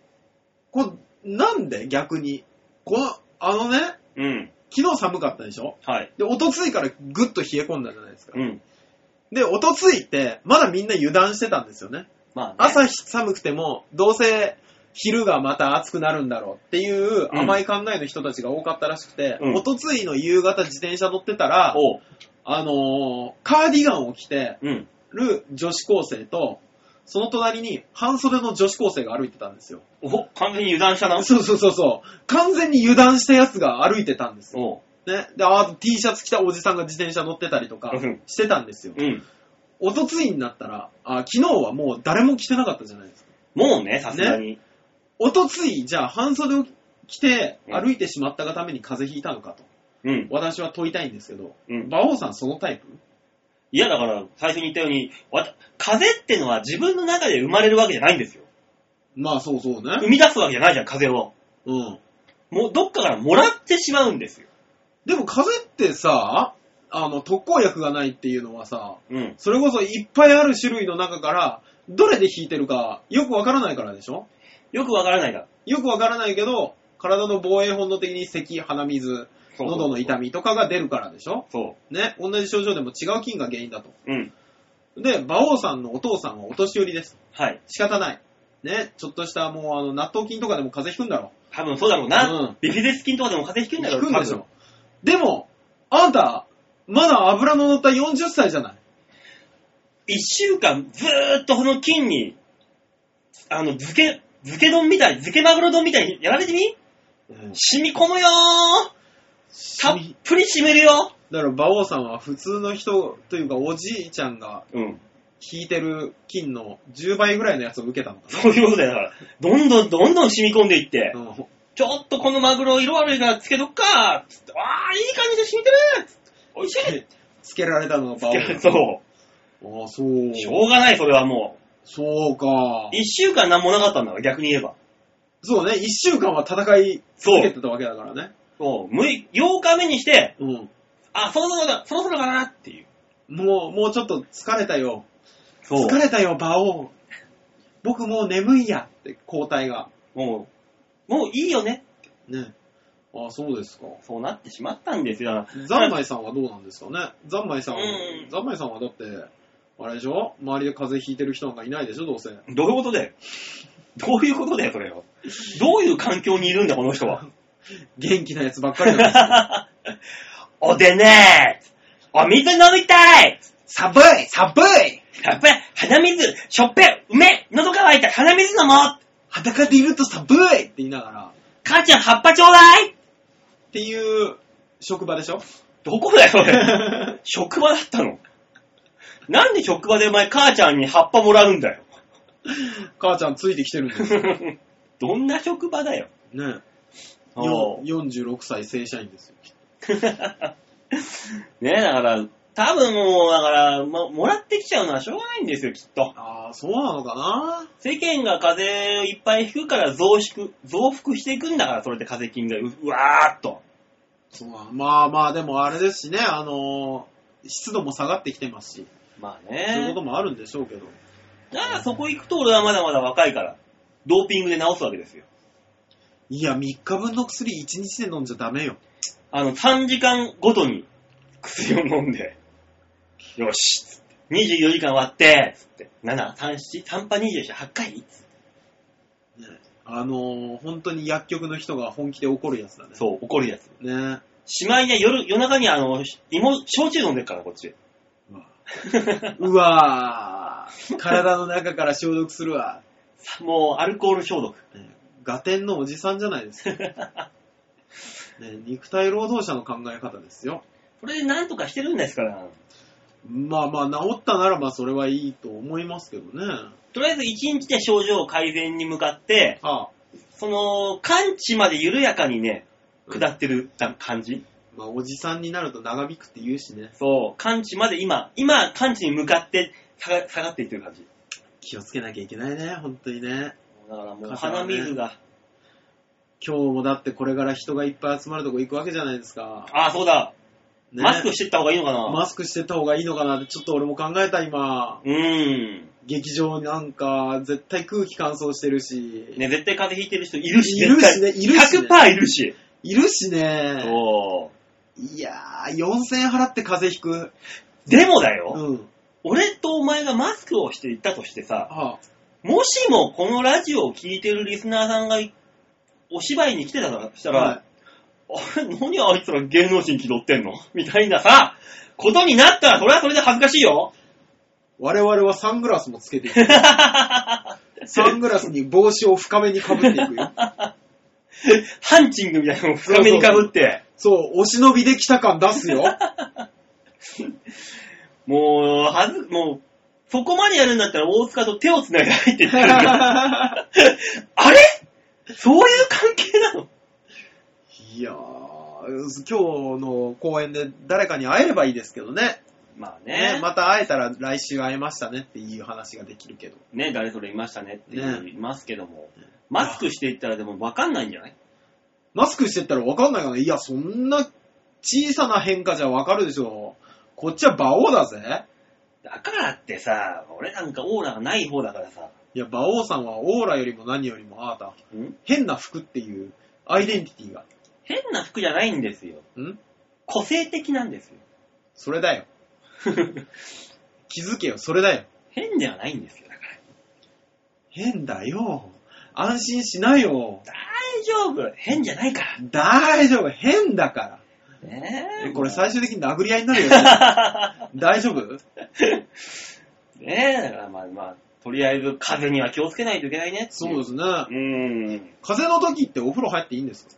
Speaker 3: これ、なんで逆に。この、あのね、
Speaker 2: うん。
Speaker 3: 昨日寒かったでしょ
Speaker 2: はい。
Speaker 3: で、おとついからぐっと冷え込んだじゃないですか
Speaker 2: う。ん。
Speaker 3: で、おとついって、まだみんな油断してたんですよね。
Speaker 2: まあ、ね、
Speaker 3: 朝寒くても、どうせ昼がまた暑くなるんだろうっていう甘い考えの人たちが多かったらしくて、
Speaker 2: うん
Speaker 3: おとついの夕方自転車乗ってたら、
Speaker 2: おう。
Speaker 3: あのーカーディガンを着て
Speaker 2: うん。
Speaker 3: る女子高生と、その隣に半袖の女子高生が歩いてたんですよ。
Speaker 2: お、完全に油断したな。
Speaker 3: そうそうそうそう。完全に油断したやつが歩いてたんですよ。
Speaker 2: おう。
Speaker 3: ね。で、あと T シャツ着たおじさんが自転車乗ってたりとか
Speaker 2: うん
Speaker 3: してたんですよ。
Speaker 2: うん。
Speaker 3: おとついになったら、あ昨日はもう誰も着てなかったじゃないですか。
Speaker 2: もうね、さすがに。
Speaker 3: おとつい、じゃあ半袖を着て
Speaker 2: うん
Speaker 3: 歩いてしまったがために風邪ひいたのかと。
Speaker 2: うん。
Speaker 3: 私は問いたいんですけど、
Speaker 2: うん
Speaker 3: 馬王さんそのタイプ
Speaker 2: いや、だから、最初に言ったように、わた風ってのは自分の中で生まれるわけじゃないんですよ。
Speaker 3: まあそうそうね。
Speaker 2: 生み出すわけじゃないじゃん、風を。
Speaker 3: うん。
Speaker 2: もう、どっかからもらってしまうんですよ。
Speaker 3: でも風邪ってさ、あの、特効薬がないっていうのはさ、
Speaker 2: うん。
Speaker 3: それこそいっぱいある種類の中から、どれで引いてるかよくわからないからでしょ
Speaker 2: よくわからないが。
Speaker 3: よくわからないけど、体の防衛本能的に咳、鼻水、
Speaker 2: そうそう
Speaker 3: 喉の痛みとかが出るからでしょ
Speaker 2: そ
Speaker 3: ね、同じ症状でも違う菌が原因だと。
Speaker 2: う。うん。
Speaker 3: で、馬王さんのお父さんはお年寄りです。
Speaker 2: はい。
Speaker 3: 仕方ない。ね、ちょっとしたもうあの納豆菌とかでも風邪ひくんだろ。
Speaker 2: 多分そうだろうな。
Speaker 3: うん
Speaker 2: ビフィゼス菌とかでも風邪ひくんだろう、
Speaker 3: ひくんでしょ。でも、あんた、まだ油の乗った40歳じゃない。
Speaker 2: 一週間ずーっとこの菌に、あの、漬け、漬け丼みたい、漬けマグロ丼みたいにやられてみ染み込むよーたっ
Speaker 3: だ
Speaker 2: ぷり染めるよ
Speaker 3: から馬王さんは普通の人というかおじいちゃんが
Speaker 2: うん。
Speaker 3: 引いてる菌の10倍ぐらいのやつを受けたのか
Speaker 2: そういうことだよ。だから、どんどんどんどん染み込んでいって
Speaker 3: な。、うん
Speaker 2: ちょっとこのマグロ色悪いから漬けとっかつって、あー、いい感じで染みてるつって美味しい
Speaker 3: つけられたのが馬王さん。
Speaker 2: そ
Speaker 3: ああ、そう
Speaker 2: う。。しょうがない、それはも
Speaker 3: そうか
Speaker 2: う。。一週間なんもなかったんだから、逆に言えば。
Speaker 3: そうね、1週間は戦い続けてたわけだからね。
Speaker 2: そう。8日目にして、
Speaker 3: うん。
Speaker 2: あ、そろそろだ、そろそろかなっていう。
Speaker 3: もう、もうちょっと疲れたよ。
Speaker 2: そう。
Speaker 3: 疲れたよ、馬王。僕もう眠いやって、交代が。
Speaker 2: もう、もういいよね。
Speaker 3: ね。あそうですか。
Speaker 2: そうなってしまったんですよ。
Speaker 3: ザンマイさんはどうなんですか ねザンマイさんは
Speaker 2: うん、
Speaker 3: ザンマイさんはだって、あれでしょ周りで風邪ひいてる人なんかいないでしょどうせ。
Speaker 2: どういうことだよ。どういうことだよ、それよ。どういう環境にいるんだ、この人は。
Speaker 3: 元気なやつばっかり だ
Speaker 2: おでねーお水飲みたい
Speaker 4: 寒い寒い
Speaker 2: やっぱり、鼻水、しょっぺ、うめ喉乾いた、鼻水飲もう
Speaker 3: 裸でいると寒いって言いながら、
Speaker 2: 母ちゃん、葉っぱちょうだい
Speaker 3: っていう職場でし ょ
Speaker 2: どこだよ、それ。 職場だったの。なんで職場でお前、母ちゃんに葉っぱもらうんだよ。
Speaker 3: 母ちゃんついてきてるんですよ。
Speaker 2: どんな職場だよ。
Speaker 3: ね。
Speaker 2: お
Speaker 3: よ
Speaker 2: う
Speaker 3: 46歳正社員ですよ。
Speaker 2: ねえ、だから、多分もう、だから、ま、もらってきちゃうのはしょうがないんですよ、きっと。
Speaker 3: ああ、そうなのかな
Speaker 2: 世間が風邪をいっぱい引くから増縮、増幅していくんだから、それで風邪菌がう、うわーっと。
Speaker 3: そうなのまあまあ、でもあれですしね、あのー湿度も下がってきてますし、
Speaker 2: まあ
Speaker 3: そういう
Speaker 2: ね
Speaker 3: こ。ともあるんでしょうけど。
Speaker 2: だからそこ行くと俺はまだまだ若いから、ドーピングで治すわけですよ。
Speaker 3: いや、3日分の薬1日で飲んじゃダメよ。
Speaker 2: あの、3時間ごとに薬を飲んで、よし、つって24時間割って、つって、7、3、7、3波24時8回つって
Speaker 3: ね、あのー本当に薬局の人が本気で怒るやつだね。
Speaker 2: そう、怒るやつ。
Speaker 3: う。ね。
Speaker 2: しまいには夜、夜中にあの、芋、焼酎飲んでるから、こっち。
Speaker 3: うわうわー体の中から消毒するわ。
Speaker 2: さもう、アルコール消毒。
Speaker 3: ね、ガテンのおじさんじゃないですか。ね、肉体労働者の考え方ですよ。
Speaker 2: これでなんとかしてるんですから。
Speaker 3: まあまあ、治ったならばそれはいいと思いますけどね。
Speaker 2: とりあえず1日で症状改善に向かって、
Speaker 3: はあ、
Speaker 2: その、完治まで緩やかにね、下ってる感じ。
Speaker 3: まあ、おじさんになると長引くって言うしね。
Speaker 2: そう、完治まで今、今、完治に向かって下が下がっていってる感じ。
Speaker 3: 気をつけなきゃいけないね、本当にね。
Speaker 2: だからもう
Speaker 3: 傘
Speaker 2: 鼻
Speaker 3: はね
Speaker 2: 水が、
Speaker 3: 今日もだってこれから人がいっぱい集まるとこ行くわけじゃないですか。
Speaker 2: ああ、そうだ、
Speaker 3: ね
Speaker 2: マスクしてった方がいいのかな、
Speaker 3: マスクしてった方がいいのかなって、ちょっと俺も考えた、今。
Speaker 2: うーん。
Speaker 3: 劇場なんか、絶対空気乾燥してるし。
Speaker 2: ね、絶対風邪ひいてる人いるし、
Speaker 3: いるしね
Speaker 2: 絶対100%い
Speaker 3: いるしね
Speaker 2: るし。
Speaker 3: いるしね。
Speaker 2: おー
Speaker 3: いやー、4000円払って風邪ひく。
Speaker 2: でもだよ、
Speaker 3: うん。
Speaker 2: 俺とお前がマスクをしていたとしてさ、
Speaker 3: ああ
Speaker 2: もしもこのラジオを聞いてるリスナーさんがお芝居に来てたとしたら、
Speaker 3: は
Speaker 2: あれ、何あいつら芸能人気取ってんの みたいなさ、ことになったら、それはそれで恥ずかしいよ。
Speaker 3: い我々はサングラスもつけていく。サングラスに帽子を深めに被っていくよ。
Speaker 2: ハンチングみたいなのを深めにかぶって。
Speaker 3: そう、お忍びで来た感出す よ。
Speaker 2: もう、はず、もう、そこまでやるんだったら大塚と手を繋いで入ってってるよ あれそういう関係なの
Speaker 3: いやー、今日の公演で誰かに会えればいいですけどね。
Speaker 2: まあ
Speaker 3: ね
Speaker 2: ね、
Speaker 3: また会えたら来週会えましたねっていう話ができるけど。
Speaker 2: ね、誰それいましたねって
Speaker 3: ね
Speaker 2: 言いますけども、マスクしていったらでも分かんないんじゃない
Speaker 3: マスクしてったら分かんないかないや、そんな小さな変化じゃ分かるでしょ。こっちは馬王だぜ。
Speaker 2: だからってさ、俺なんかオーラがない方だからさ、
Speaker 3: いや、馬王さんはオーラよりも何よりもあなた、
Speaker 2: ん
Speaker 3: 変な服っていうアイデンティティが。
Speaker 2: 変な服じゃないんですよ。
Speaker 3: ん
Speaker 2: 個性的なんですよ。
Speaker 3: それだよ。気づけよ、それだよ。
Speaker 2: 変ではないんですよ、だから。
Speaker 3: 変だよ。安心しないよ。
Speaker 2: 大丈夫変じゃないから。
Speaker 3: 大丈夫、変だから。
Speaker 2: ね
Speaker 3: え
Speaker 2: え。
Speaker 3: これ最終的に殴り合いになるよ ね。大丈夫
Speaker 2: ねえ、だからまあまあ、とりあえず風には気をつけないといけないねってい
Speaker 3: そうですね。
Speaker 2: うん。
Speaker 3: 風邪の時ってお風呂入っていいんですか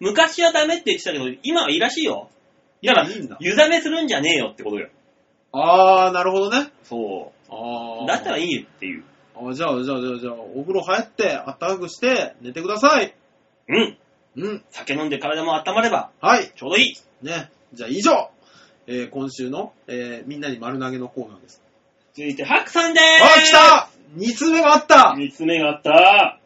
Speaker 2: 昔はダメって言ってたけど、今はいいらしいよ。だから
Speaker 3: いいんだ、
Speaker 2: 湯冷めするんじゃねえよってことよ。
Speaker 3: あー、なるほどね。
Speaker 2: そ
Speaker 3: あ
Speaker 2: う。
Speaker 3: ー。
Speaker 2: だったらいいよっていう。
Speaker 3: あじゃあ、じゃあ、じゃあ、じゃあ、お風呂入って、あったかくして、寝てください。
Speaker 2: うん。
Speaker 3: うん。
Speaker 2: 酒飲んで体も温まれば、
Speaker 3: はい。
Speaker 2: ちょうどいい。
Speaker 3: ね。じゃあ、以上。えー、今週の、えー、みんなに丸投げのコーナーです。
Speaker 2: 続いて、ハクさんでー
Speaker 3: あ
Speaker 2: す。
Speaker 3: ー、来た !2 通目があった
Speaker 2: 三つ目があった。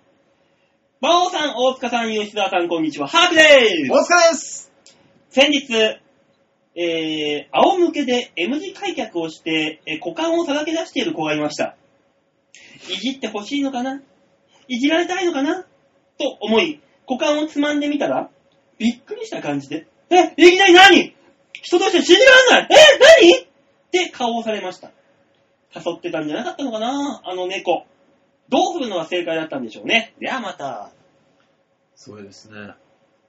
Speaker 2: 馬王さん、大塚さん、吉沢さん、こんにちは。ハークで
Speaker 3: お
Speaker 2: ーす。
Speaker 3: 疲れです
Speaker 2: 先日、えー、仰向けで M 字開脚をして、えー股間をさらけ出している子がいました。いじってほしいのかないじられたいのかなと思い、股間をつまんでみたら、びっくりした感じで、え、いきなり何人として信じられないえ、何って顔をされました。誘ってたんじゃなかったのかなあの猫。どうするのが正解だったんでしょうね。ではまた。
Speaker 3: そうですね。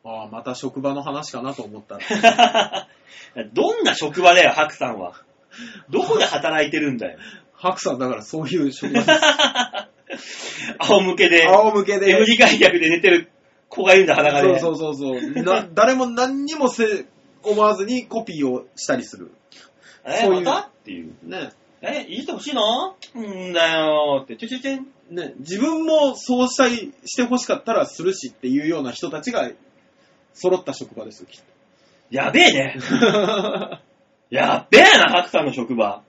Speaker 3: あー、また職場の話かなと思ったら。
Speaker 2: どんな職場だよ、ハクさんは。どこで働いてるんだよ。
Speaker 3: 白さんだからそういう職場 です。
Speaker 2: 仰向けで、
Speaker 3: 仰向けで。
Speaker 2: M 字開脚で寝てる子がいるんだ、裸で。
Speaker 3: そうそうそうそう。な 誰も何にもせ思わずにコピーをしたりする。
Speaker 2: え
Speaker 3: そういう
Speaker 2: またっていう。
Speaker 3: ね。
Speaker 2: え、いじってほしいのうんだよって、ちょちょちょん。
Speaker 3: ね。自分もそうしたい、して欲しかったらするしっていうような人たちが揃った職場ですよ、きっと。
Speaker 2: やべえね。 やっべえな、ハクさんの職場。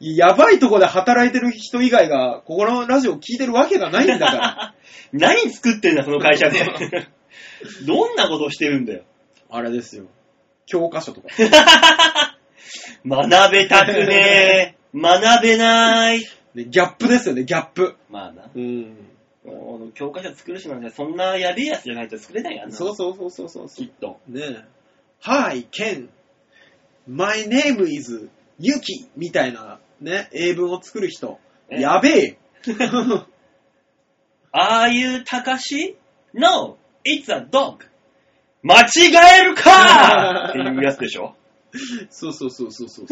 Speaker 3: やばいとこで働いてる人以外が、ここのラジオ聞いてるわけがないんだから。
Speaker 2: 何作ってんだ、その会社で。どんなことをしてるんだよ。
Speaker 3: あれですよ。教科書とか。
Speaker 2: 学べたくねえ。学べない。
Speaker 3: ねギャップですよね、ギャップ。
Speaker 2: まあな。
Speaker 3: うん。
Speaker 2: もう教科書作る人なんて、そんなやべえやつじゃないと作れないやんな。
Speaker 3: そうそうそうそうそうそう
Speaker 2: き。っと。
Speaker 3: ねえ。Hi, Ken. My name is Yuki. みたいなね、英文を作る人。
Speaker 2: え
Speaker 3: やべえよ。
Speaker 2: Are you Takashi?No, it's a dog. 間違えるか っていうやつでしょ
Speaker 3: そうそうそうそうそう。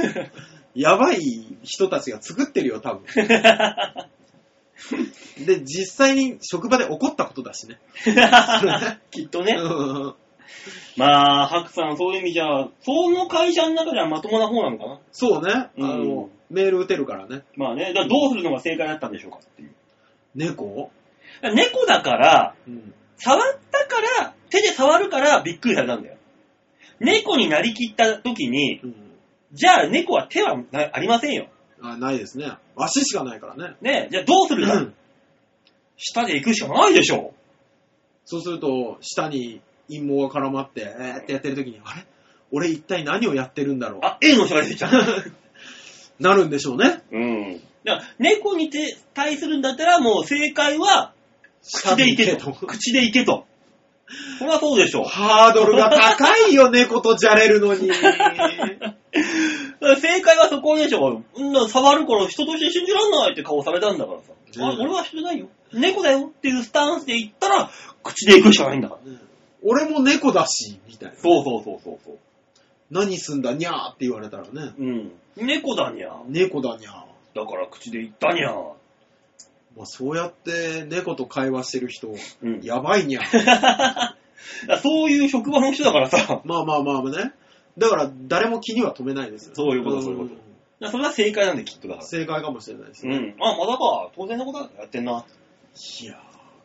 Speaker 3: やばい人たちが作ってるよ、多分。 で、実際に職場で起こったことだ しね。
Speaker 2: きっとね。
Speaker 3: うん
Speaker 2: まあ、ハクさん、そういう意味じゃ、その会社の中ではまともな方なのかな。
Speaker 3: そうね。あ
Speaker 2: うん
Speaker 3: の、メール打てるからね。
Speaker 2: まあね、だからどうするのが正解だったんでしょうかっていう。
Speaker 3: 猫
Speaker 2: だから猫だから、
Speaker 3: うん。
Speaker 2: 触ったから、手で触るからびっくりされたんだよ。猫になりきった時に、
Speaker 3: うん。
Speaker 2: じゃあ猫は手はなありませんよ。
Speaker 3: あ、ないですね。足しかないからね。
Speaker 2: ねじゃあどうするか。下で行くしかないでしょ
Speaker 3: そうすると、下に陰謀が絡まって、えーってやってる時に、あれ俺一体何をやってるんだろう。
Speaker 2: あ、A の人が出 てきた。
Speaker 3: なるんでしょうね。
Speaker 2: うん。だから、猫にて対するんだったら、もう正解は、口でいけ と。口でいけと。そりゃそうでしょう。
Speaker 3: ハードルが高いよ、猫とじゃれるの に。
Speaker 2: 正解はそこでしょ。うんな触るから人として信じらんないって顔されたんだからさ。
Speaker 3: うん
Speaker 2: あ俺は人じゃないよ。猫だよっていうスタンスで言ったら、口で行くしかないんだから。
Speaker 3: 俺も猫だし、みたいな。
Speaker 2: そうそうそうそうそう。
Speaker 3: 何すんだ、にゃーって言われたらね。
Speaker 2: うん。猫だにゃ。
Speaker 3: 猫だにゃー。
Speaker 2: だから口で言ったにゃ。
Speaker 3: まあ、そうやって猫と会話してる人、
Speaker 2: うん
Speaker 3: やばいにゃー。
Speaker 2: そういう職場の人だからさ。
Speaker 3: まあまあまあね。だから、誰も気には止めないですよ。
Speaker 2: そういうことそういうことそれは正解なんできっとだから。
Speaker 3: 正解かもしれないです
Speaker 2: う
Speaker 3: ね。
Speaker 2: ん。あ、まだか。当然のことだ。やってんな。
Speaker 3: いやー、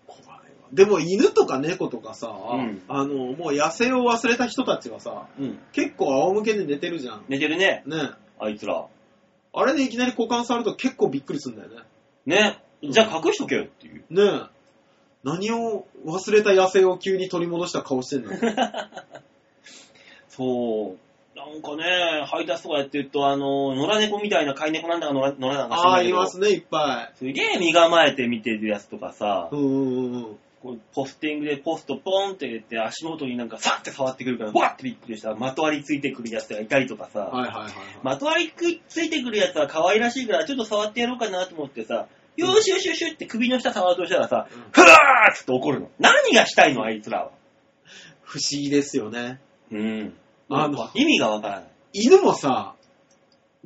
Speaker 3: 怖いわ。でも、犬とか猫とかさ、
Speaker 2: ん
Speaker 3: あの、もう野生を忘れた人たちはさ、
Speaker 2: うん。
Speaker 3: 結構仰向けで寝てるじゃん。
Speaker 2: 寝てるね。
Speaker 3: ね。
Speaker 2: あいつら。
Speaker 3: あれでいきなり股間触ると結構びっくりするんだよね。
Speaker 2: ね。じゃあ隠しとけよっていう。
Speaker 3: ねえ。何を忘れた野生を急に取り戻した顔 してんの
Speaker 2: そう。なんかね、配達とかやってると、あの、野良猫みたいな飼い猫なんだか野良野良なんか知ら
Speaker 3: あ
Speaker 2: な
Speaker 3: あ、
Speaker 2: い
Speaker 3: い
Speaker 2: けど
Speaker 3: ますね、いっぱ
Speaker 2: すげえ身構えて見てるやつとかさ
Speaker 3: い。う、んうんうんうん。
Speaker 2: こうポスティングでポストポンって入れて足元になんかサッて触ってくるから、バッてびっくりした、まとわりついてくるやつがいたりとかさ、
Speaker 3: はいはいはい、はい。
Speaker 2: まとわりついてくるやつは可愛らしいから、ちょっと触ってやろうかなと思ってさ、よーしよしよしって首の下触ろうとしたらさ、
Speaker 3: うん
Speaker 2: ふわーっつって怒るの。何がしたいのあいつらは。
Speaker 3: 不思議ですよね。
Speaker 2: うん。
Speaker 3: あの
Speaker 2: 意味がわからない。
Speaker 3: 犬もさ、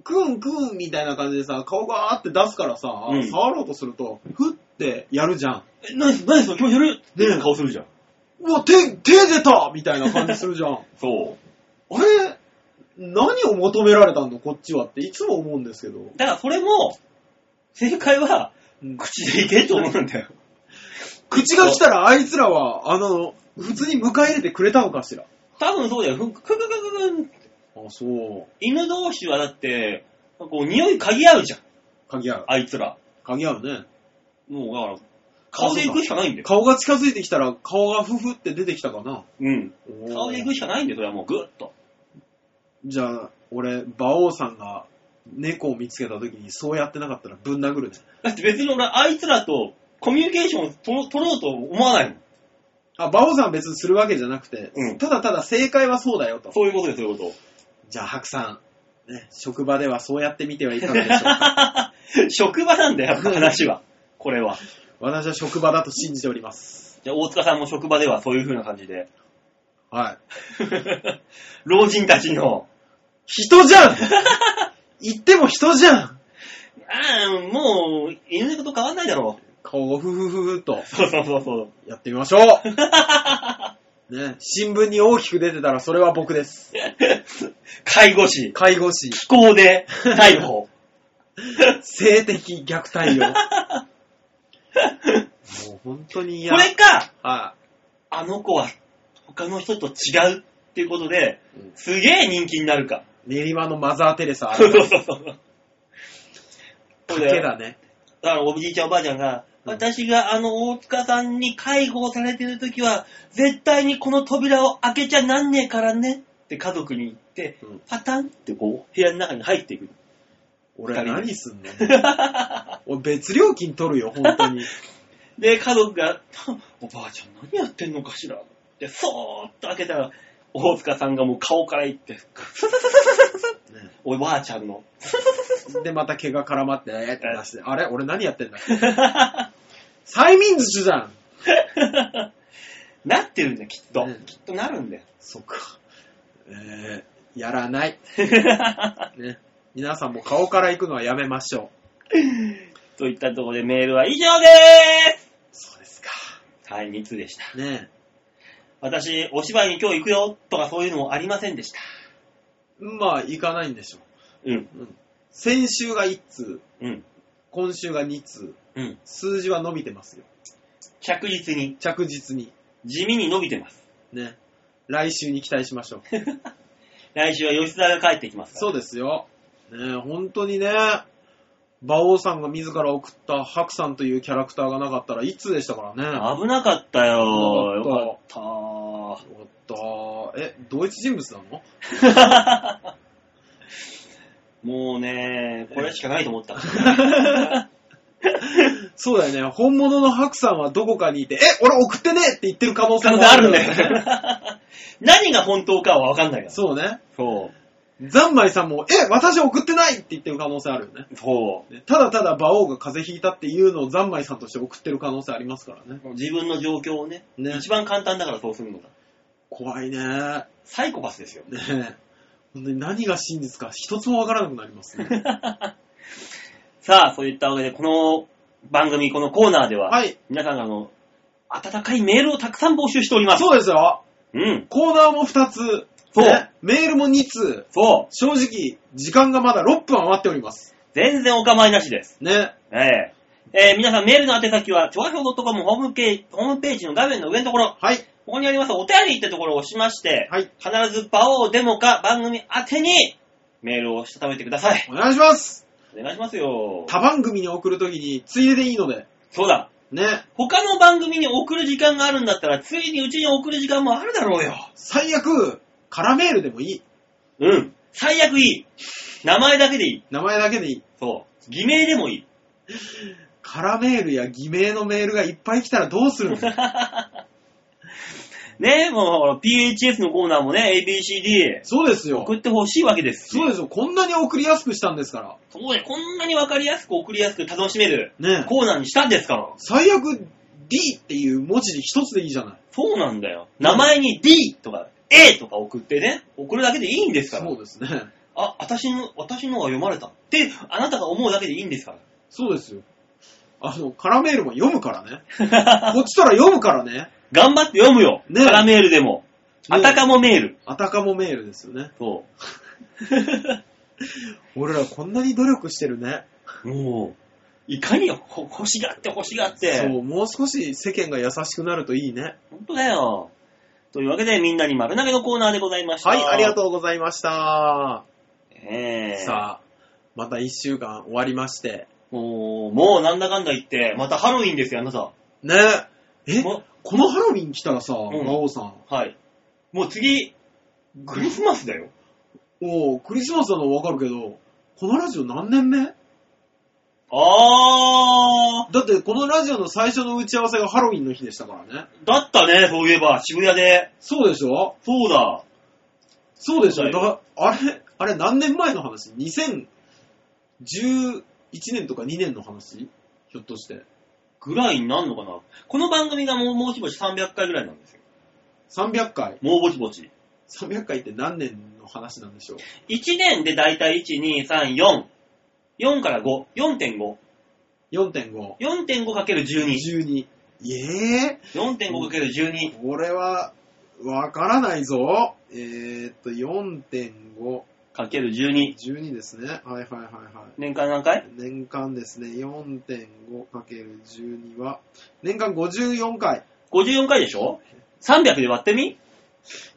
Speaker 3: クンクンみたいな感じでさ、顔がーって出すからさ、
Speaker 2: うん
Speaker 3: 触ろうとすると、ふってやるじゃん。
Speaker 2: え、何す、何す、今日やるっていう顔するじゃん。
Speaker 3: うわ、手、手出たみたいな感じする じゃん。
Speaker 2: そう。
Speaker 3: あれ、何を求められたのこっちはっていつも思うんですけど。
Speaker 2: だからそれも、正解は、
Speaker 3: うん
Speaker 2: 口でいけと思うんだよ。
Speaker 3: 口が来たらあいつらは、あの、普通に迎え入れてくれたのかしら。
Speaker 2: 多分そうだよ。ふくくくくくん。
Speaker 3: あ、そう。
Speaker 2: 犬同士はだって、こう、匂い嗅ぎ合うじゃん。
Speaker 3: 鍵合う。
Speaker 2: あいつら。
Speaker 3: 鍵合うね。
Speaker 2: もう、だから、顔で行くしかないんだよ。
Speaker 3: 顔が近づいてきたら顔がふふって出てきたかな。
Speaker 2: うん。
Speaker 3: おー
Speaker 2: 顔で行くしかないんだよ、それはもう、ぐっと。
Speaker 3: じゃあ、俺、馬王さんが猫を見つけた時にそうやってなかったらぶん殴るね。
Speaker 2: だって別に俺、あいつらとコミュニケーションをと取ろうと思わないもん。
Speaker 3: あ、馬王さんは別にするわけじゃなくて、
Speaker 2: うん
Speaker 3: ただただ正解はそうだよと。
Speaker 2: そういうことです、そういうこ
Speaker 3: じゃあ、白さん、ね、職場ではそうやってみてはいかがでしょう か。
Speaker 2: と。職場なんだよ、やっぱ話は。これは。
Speaker 3: 私は職場だと信じております。
Speaker 2: じゃあ、大塚さんも職場ではそういう風な感じで。
Speaker 3: はい。
Speaker 2: 老人たちの、
Speaker 3: 人じゃ ん言っても人じゃん
Speaker 2: ああ、もう、犬猫と変わんないだろ
Speaker 3: 顔をふふふふっと
Speaker 2: う。そうそうそうそう。
Speaker 3: やってみましょ うね、新聞に大きく出てたらそれは僕です。
Speaker 2: 介護士、
Speaker 3: 介護士、
Speaker 2: 気候で逮 捕。
Speaker 3: 性的虐待 を。もう本当に
Speaker 2: こ
Speaker 3: 嫌。
Speaker 2: れか、
Speaker 3: は
Speaker 2: あの子は他の人と違うっていうことで
Speaker 3: うん、
Speaker 2: すげえ人気になるか。
Speaker 3: い。練馬のマザーテレサ。
Speaker 2: そうそうそうそう。そ
Speaker 3: 賭
Speaker 2: う
Speaker 3: け
Speaker 2: だよ
Speaker 3: だね。
Speaker 2: だからおじいちゃんおばあちゃんが、
Speaker 3: うん
Speaker 2: 私があの大塚さんに介護をされてる時は、絶対にこの扉を開けちゃなんねえからねって家族に言って、
Speaker 3: うん
Speaker 2: パタンってこう、部屋の中に入っていく。
Speaker 3: 俺
Speaker 2: 二人で
Speaker 3: 何すんの俺別料金取るよ、本当に。
Speaker 2: で、家族が、 おばあちゃん何やってんのかしらって、そーっと開けたら、大塚さんがもう顔からい って、スススススス
Speaker 3: ね
Speaker 2: おばあちゃんの。
Speaker 3: で、また毛が絡まって、えーって出して、あれ俺何やってんだ 催眠術じゃん
Speaker 2: なってるんだよ、きっと。
Speaker 3: うん
Speaker 2: きっとなるんだよ。
Speaker 3: そっか。えー、やら ない。ね。皆さんも顔から行くのはやめましょう。
Speaker 2: といったところでメールは以上でーす
Speaker 3: そうですか。
Speaker 2: はい、3つでした。
Speaker 3: ね
Speaker 2: 私、お芝居に今日行くよとかそういうのもありませんでした。
Speaker 3: え。まあ、行かないんでしょう。
Speaker 2: うん、
Speaker 3: 先週が1通、
Speaker 2: うん、
Speaker 3: 今週が2通、
Speaker 2: うん。
Speaker 3: 数字は伸びてますよ。
Speaker 2: 着実に、
Speaker 3: 着実に。
Speaker 2: 地味に伸びてます。
Speaker 3: ね。来週に期待しましょう。
Speaker 2: 来週は吉沢が帰ってきますから。
Speaker 3: そうですよ。ねえ、本当にね、馬王さんが自ら送った白さんというキャラクターがなかったら、いつでしたからね。
Speaker 2: 危なかったよ。
Speaker 3: 危なか
Speaker 2: よかった。
Speaker 3: おっと、か、え、同一人物なの
Speaker 2: もうね、これしかないと思った。
Speaker 3: そうだよね。本物のハクさんはどこかにいて、え、俺送ってねって言ってる可能性
Speaker 2: 可能
Speaker 3: も
Speaker 2: 性あるんだよ。ね。 何が本当かは分かんないから。
Speaker 3: そうね。
Speaker 2: そ
Speaker 3: ザンマイさんも、え、私送ってないって言ってる可能性あるよね。
Speaker 2: う。そ
Speaker 3: ねただただ馬王が風邪ひいたっていうのをザンマイさんとして送ってる可能性ありますからね。
Speaker 2: う。自分の状況をね、
Speaker 3: ね
Speaker 2: 一番簡単だからそうするのが。
Speaker 3: 怖いね。
Speaker 2: サイコパスですよ。
Speaker 3: ねえ本当に何が真実か一つもわからなくなりますね。
Speaker 2: さあ、そういったわけで、この番組、このコーナーでは、
Speaker 3: はい。
Speaker 2: 皆さんがあの、温かいメールをたくさん募集しております。
Speaker 3: そうですよ。
Speaker 2: うん。
Speaker 3: コーナーも2つ。
Speaker 2: そう
Speaker 3: ねメールも2通。
Speaker 2: そう。
Speaker 3: 正直、時間がまだ6分余っております。
Speaker 2: 全然お構いなしです。
Speaker 3: ね。
Speaker 2: えええー皆さんメールの宛先は、ちょわひょう .com ホームページホームページの画面の上のところ、
Speaker 3: はい。
Speaker 2: ここにありますお便りってところを押しまして、
Speaker 3: はい。
Speaker 2: 必ず場をデモか番組宛てにメールをしたためてください。
Speaker 3: お願いします。
Speaker 2: お願いしますよ。
Speaker 3: 他番組に送るときに、ついででいいので。
Speaker 2: そうだ。
Speaker 3: ね。
Speaker 2: 他の番組に送る時間があるんだったら、ついにうちに送る時間もあるだろうよ。
Speaker 3: 最悪、カラメールでもいい。
Speaker 2: うん。最悪いい。名前だけでいい。
Speaker 3: 名前だけでいい。
Speaker 2: そう。偽名でもいい。
Speaker 3: カラメールや偽名のメールがいっぱい来たらどうするの
Speaker 2: ねえ、もう、PHS のコーナーもね、ABCD
Speaker 3: そうですよ。
Speaker 2: 送ってほしいわけですし
Speaker 3: そうですよ。こんなに送りやすくしたんですか
Speaker 2: そうでこんなにわかりやすく送りやすく楽しめる
Speaker 3: ら。ね。
Speaker 2: コーナーにしたんですから。
Speaker 3: 最悪、D っていう文字で一つでいいじゃない。
Speaker 2: そうなんだよ。名前に D とか A とか送ってね、送るだけでいいんですから
Speaker 3: そう。ですね。
Speaker 2: あ、私の、私のが読まれたって、あなたが思うだけでいいんですから。
Speaker 3: そうですよ。あの、カラメールも読むからね。こっちから読むからね。
Speaker 2: 頑張って読むよ。
Speaker 3: ねえ
Speaker 2: カラメールでも。
Speaker 3: ねえ
Speaker 2: あたかもメール。
Speaker 3: あたかもメールですよね。
Speaker 2: そ
Speaker 3: 俺らこんなに努力してるね。
Speaker 2: う。もう、いかにほ欲しがって欲しがって。
Speaker 3: そう、もう少し世間が優しくなるといいね。
Speaker 2: 本当だよ。というわけで、みんなに丸投げのコーナーでございました。
Speaker 3: はい、ありが
Speaker 2: う。
Speaker 3: とうございました。
Speaker 2: えー、
Speaker 3: さあ、また一週間終わりまして。
Speaker 2: もう、もうなんだかんだ言って、またハロウィンですよ、あなた。
Speaker 3: ね。え、
Speaker 2: も
Speaker 3: このハロウィン来たらさ、
Speaker 2: ん
Speaker 3: 魔王さん。
Speaker 2: はい。もう次、クリスマスだよ。
Speaker 3: おうクリスマスなのわかるけど、このラジオ何年目
Speaker 2: あ
Speaker 3: だってこのラジオの最初の打ち合わせがハロウィンの日でしたからね。
Speaker 2: ー、だったね、そういえば、渋谷で。
Speaker 3: そうでしょ
Speaker 2: そうだ。
Speaker 3: そうでしょ
Speaker 2: そうだよ
Speaker 3: だあれ、あれ何年前の話 ?2011 年とか2年の話ひょっとして。
Speaker 2: ぐらいになんのかな。この番組がもう、もうちぼち300回ぐらいなんですよ。
Speaker 3: 300回。
Speaker 2: もうぼちぼち。
Speaker 3: 300回って何年の話なんでしょう
Speaker 2: 1年でだいたい1、2、3、4。4から5。4.5。
Speaker 3: ?4.5。
Speaker 2: 4.5かける12。
Speaker 3: 12。ええ
Speaker 2: 4.5×12。
Speaker 3: これは、わからないぞ。えー、っと、4.5、
Speaker 2: かける12。
Speaker 3: 12ですね。はいはいはいはい。
Speaker 2: 年間何回
Speaker 3: 年間ですね、4.5×12 は、年間54回。
Speaker 2: ?54 回でしょ ?300 で割ってみ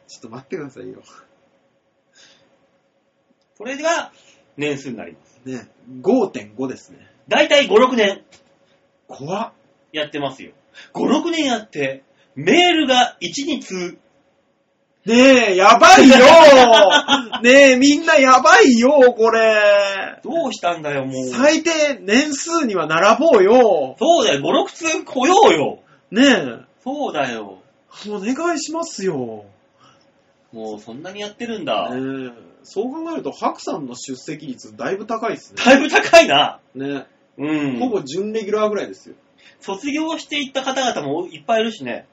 Speaker 3: ちょっと待ってくださいよ。
Speaker 2: それが年数になります。
Speaker 3: ね、5.5ですね。
Speaker 2: だいたい5、6年
Speaker 3: 怖っ。
Speaker 2: やってますよ。5、6年やって、メールが1、2通。
Speaker 3: ねえ、やば いよねえ、みんなやばいよ、これ。
Speaker 2: どうしたんだよ、もう。
Speaker 3: 最低年数には並ぼうよ。
Speaker 2: そうだよ、5、6通来ようよ。
Speaker 3: ね
Speaker 2: そうだよ。
Speaker 3: え、お願いしますよ。
Speaker 2: もうそんなにやってるんだ。
Speaker 3: ねえ、そう考えると、ハクさんの出席率だいぶ高いですね。
Speaker 2: だいぶ高いな。
Speaker 3: ね
Speaker 2: うん。
Speaker 3: ほぼ準レギュラーぐらいですよ。
Speaker 2: 卒業していった方々もいっぱいいるしね。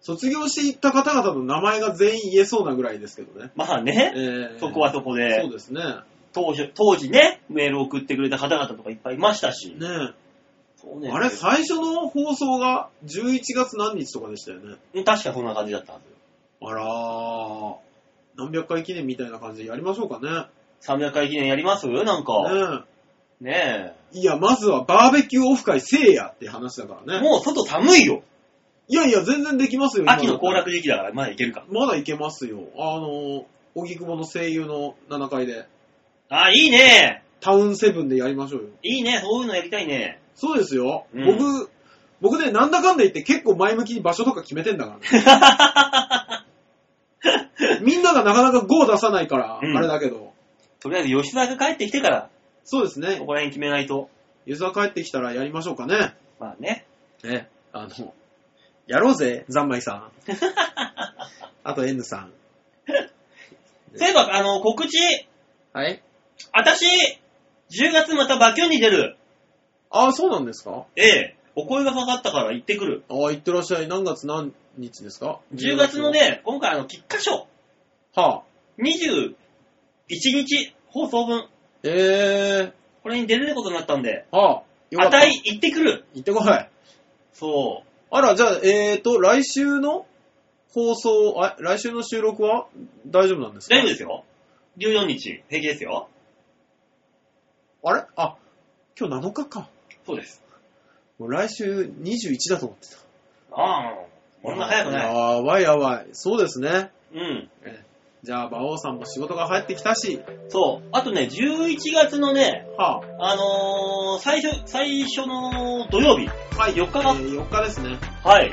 Speaker 3: 卒業していった方々の名前が全員言えそうなぐらいですけどね。
Speaker 2: まあね、
Speaker 3: えー
Speaker 2: そこはそこで
Speaker 3: そうですね。
Speaker 2: 当時、当時ね、メールを送ってくれた方々とかいっぱいいましたし。
Speaker 3: ね
Speaker 2: そう
Speaker 3: え
Speaker 2: ね
Speaker 3: あれ、最初の放送が11月何日とかでしたよね。
Speaker 2: うん確かそんな感じだったはず。
Speaker 3: あらー。何百回記念みたいな感じでやりましょうかね。
Speaker 2: 300回記念やりますなんか。
Speaker 3: ね
Speaker 2: ね
Speaker 3: えいや、まずはバーベキューオフ会せいやって話だか
Speaker 2: え。
Speaker 3: らね。
Speaker 2: もう外寒いよ。
Speaker 3: いやいや、全然できますよ。今
Speaker 2: 秋の行楽時期だからまだいけるか。
Speaker 3: まだいけますよ。あの、荻窪の声優の7階で、
Speaker 2: あ、いいね。
Speaker 3: タウンセブンでやりましょうよ。
Speaker 2: いいね。そういうのやりたいね。
Speaker 3: そうですよ。
Speaker 2: うん
Speaker 3: 僕、僕ね、なんだかんだ言って結構前向きに場所とか決めてんだからね。 みんながなかなか5を出さないから、
Speaker 2: うん
Speaker 3: あれだけど。
Speaker 2: とりあえず吉沢が帰ってきてから、
Speaker 3: そうですね
Speaker 2: こ。こら辺決めないと。
Speaker 3: ゆずは帰ってきたらやりましょうかね。
Speaker 2: まあね。
Speaker 3: ね。あの、やろうぜ、ざんまいさ ん。あと N さん。
Speaker 2: そういえば、あの、告知、
Speaker 3: はい
Speaker 2: 私、10月またバキュンに出る。
Speaker 3: ああ、そうなんですか
Speaker 2: ええ、お声がかかったから行ってくる。
Speaker 3: ああ、行ってらっしゃい。何月何日ですか
Speaker 2: 10月の。ね、今回あの、喫箇所、
Speaker 3: はあ。
Speaker 2: 21日放送分、
Speaker 3: え
Speaker 2: これに出れることになったんで、
Speaker 3: ー、はあ。よか
Speaker 2: あ
Speaker 3: った。
Speaker 2: たい行ってくる。
Speaker 3: 行ってこい。
Speaker 2: そ
Speaker 3: あら、じゃあ、えーと、来週の放送、あ、来週の収録は大丈夫なんです
Speaker 2: う。
Speaker 3: か
Speaker 2: 大丈夫ですよ。14日、平気ですよ。
Speaker 3: あれあ、今日7日か。
Speaker 2: そうです。
Speaker 3: もう来週21だと思ってた。
Speaker 2: ああ、こんな早くない。
Speaker 3: やばいやばい。そうですね。
Speaker 2: うん。
Speaker 3: じゃあ、馬王さんも仕事が入ってきたし、
Speaker 2: そう。あとね、11月のね、
Speaker 3: は
Speaker 2: あのー、最初、最初の土曜日。
Speaker 3: あ、はい、
Speaker 2: 4日
Speaker 3: え
Speaker 2: が
Speaker 3: ー4日ですね。
Speaker 2: はい。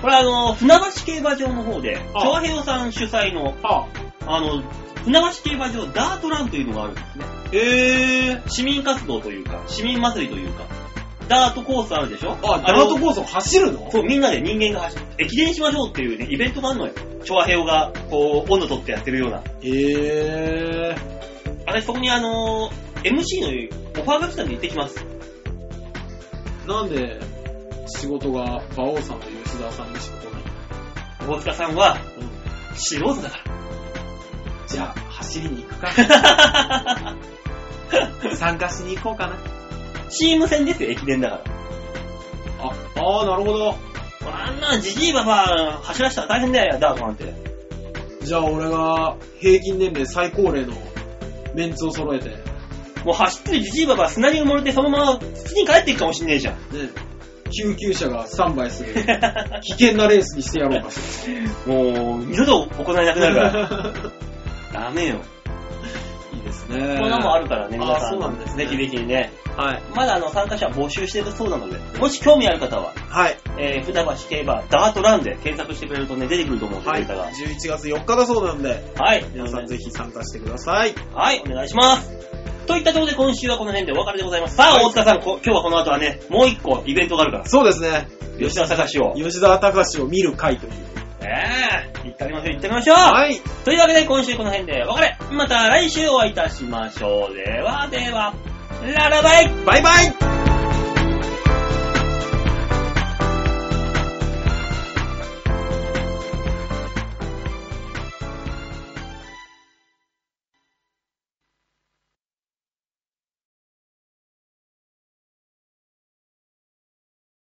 Speaker 2: これあの、船橋競馬場の方で、
Speaker 3: あ
Speaker 2: 長平さん主催の、
Speaker 3: はあ、
Speaker 2: あの、船橋競馬場ダートランというのがあるんですね。
Speaker 3: えー、
Speaker 2: 市民活動というか、市民祭りというか、ダートコースあるでしょ
Speaker 3: あ、
Speaker 2: れ
Speaker 3: ダ
Speaker 2: を
Speaker 3: ートコースを走るの
Speaker 2: そう、みんなで人間が走って、駅伝しましょうっていうね、イベントがあるのよ。長平が、こう、温度取ってやってるような。
Speaker 3: えー、
Speaker 2: あれ、そこにあの、MC のオファーが来たんで行ってきます。
Speaker 3: なんで、仕事が、馬王さんと吉沢さんの仕事なの
Speaker 2: 大塚さんは、
Speaker 3: うん
Speaker 2: 素人だか
Speaker 3: じゃあ、走りに行く か。
Speaker 2: ら。
Speaker 3: 参加しに行こうかな。
Speaker 2: チーム戦ですよ、駅伝だから。
Speaker 3: あ、あー、なるほど。
Speaker 2: あんなじじいばば走らせたら大変だよ、ダートなんて。
Speaker 3: じゃあ俺が平均年齢最高齢のメンツを揃えて、ね、
Speaker 2: もう走ってるじじいばば砂に埋もれてそのまま土に帰っていくかもしんねえじゃん。
Speaker 3: 救急車がスタンバイ する危険なレースにしてやろうかし
Speaker 2: もう二度と行えなくなるか ら。
Speaker 3: ら。
Speaker 2: ダメよ。
Speaker 3: いいですね。
Speaker 2: こんなもんあるからね、
Speaker 3: あー
Speaker 2: 皆さん。
Speaker 3: そうなんですね
Speaker 2: ぜひぜひね。
Speaker 3: はい。
Speaker 2: まだあの参加者募集してるそうなので、もし興味ある方は、
Speaker 3: はい。
Speaker 2: えー、船橋競馬ダートランで検索してくれるとね、出てくると思うんで、
Speaker 3: はい。
Speaker 2: データが。
Speaker 3: 11月4日だそうなんで、
Speaker 2: はい。
Speaker 3: 皆さんぜひ参加してください。
Speaker 2: はい、お願いします。といったところで今週はこの辺でお別れでございます。さあ、大塚さん、こ今日はこの後はね、もう一個イベントがあるから、
Speaker 3: そうですね。
Speaker 2: 吉田隆を。
Speaker 3: 吉沢隆を見る会という。
Speaker 2: ええ行ってみましょう、行ってみましょう、
Speaker 3: はい。
Speaker 2: というわけで今週この辺でお別れまた来週お会いいたしましょう。ではでは、ララバイ
Speaker 3: バイバイ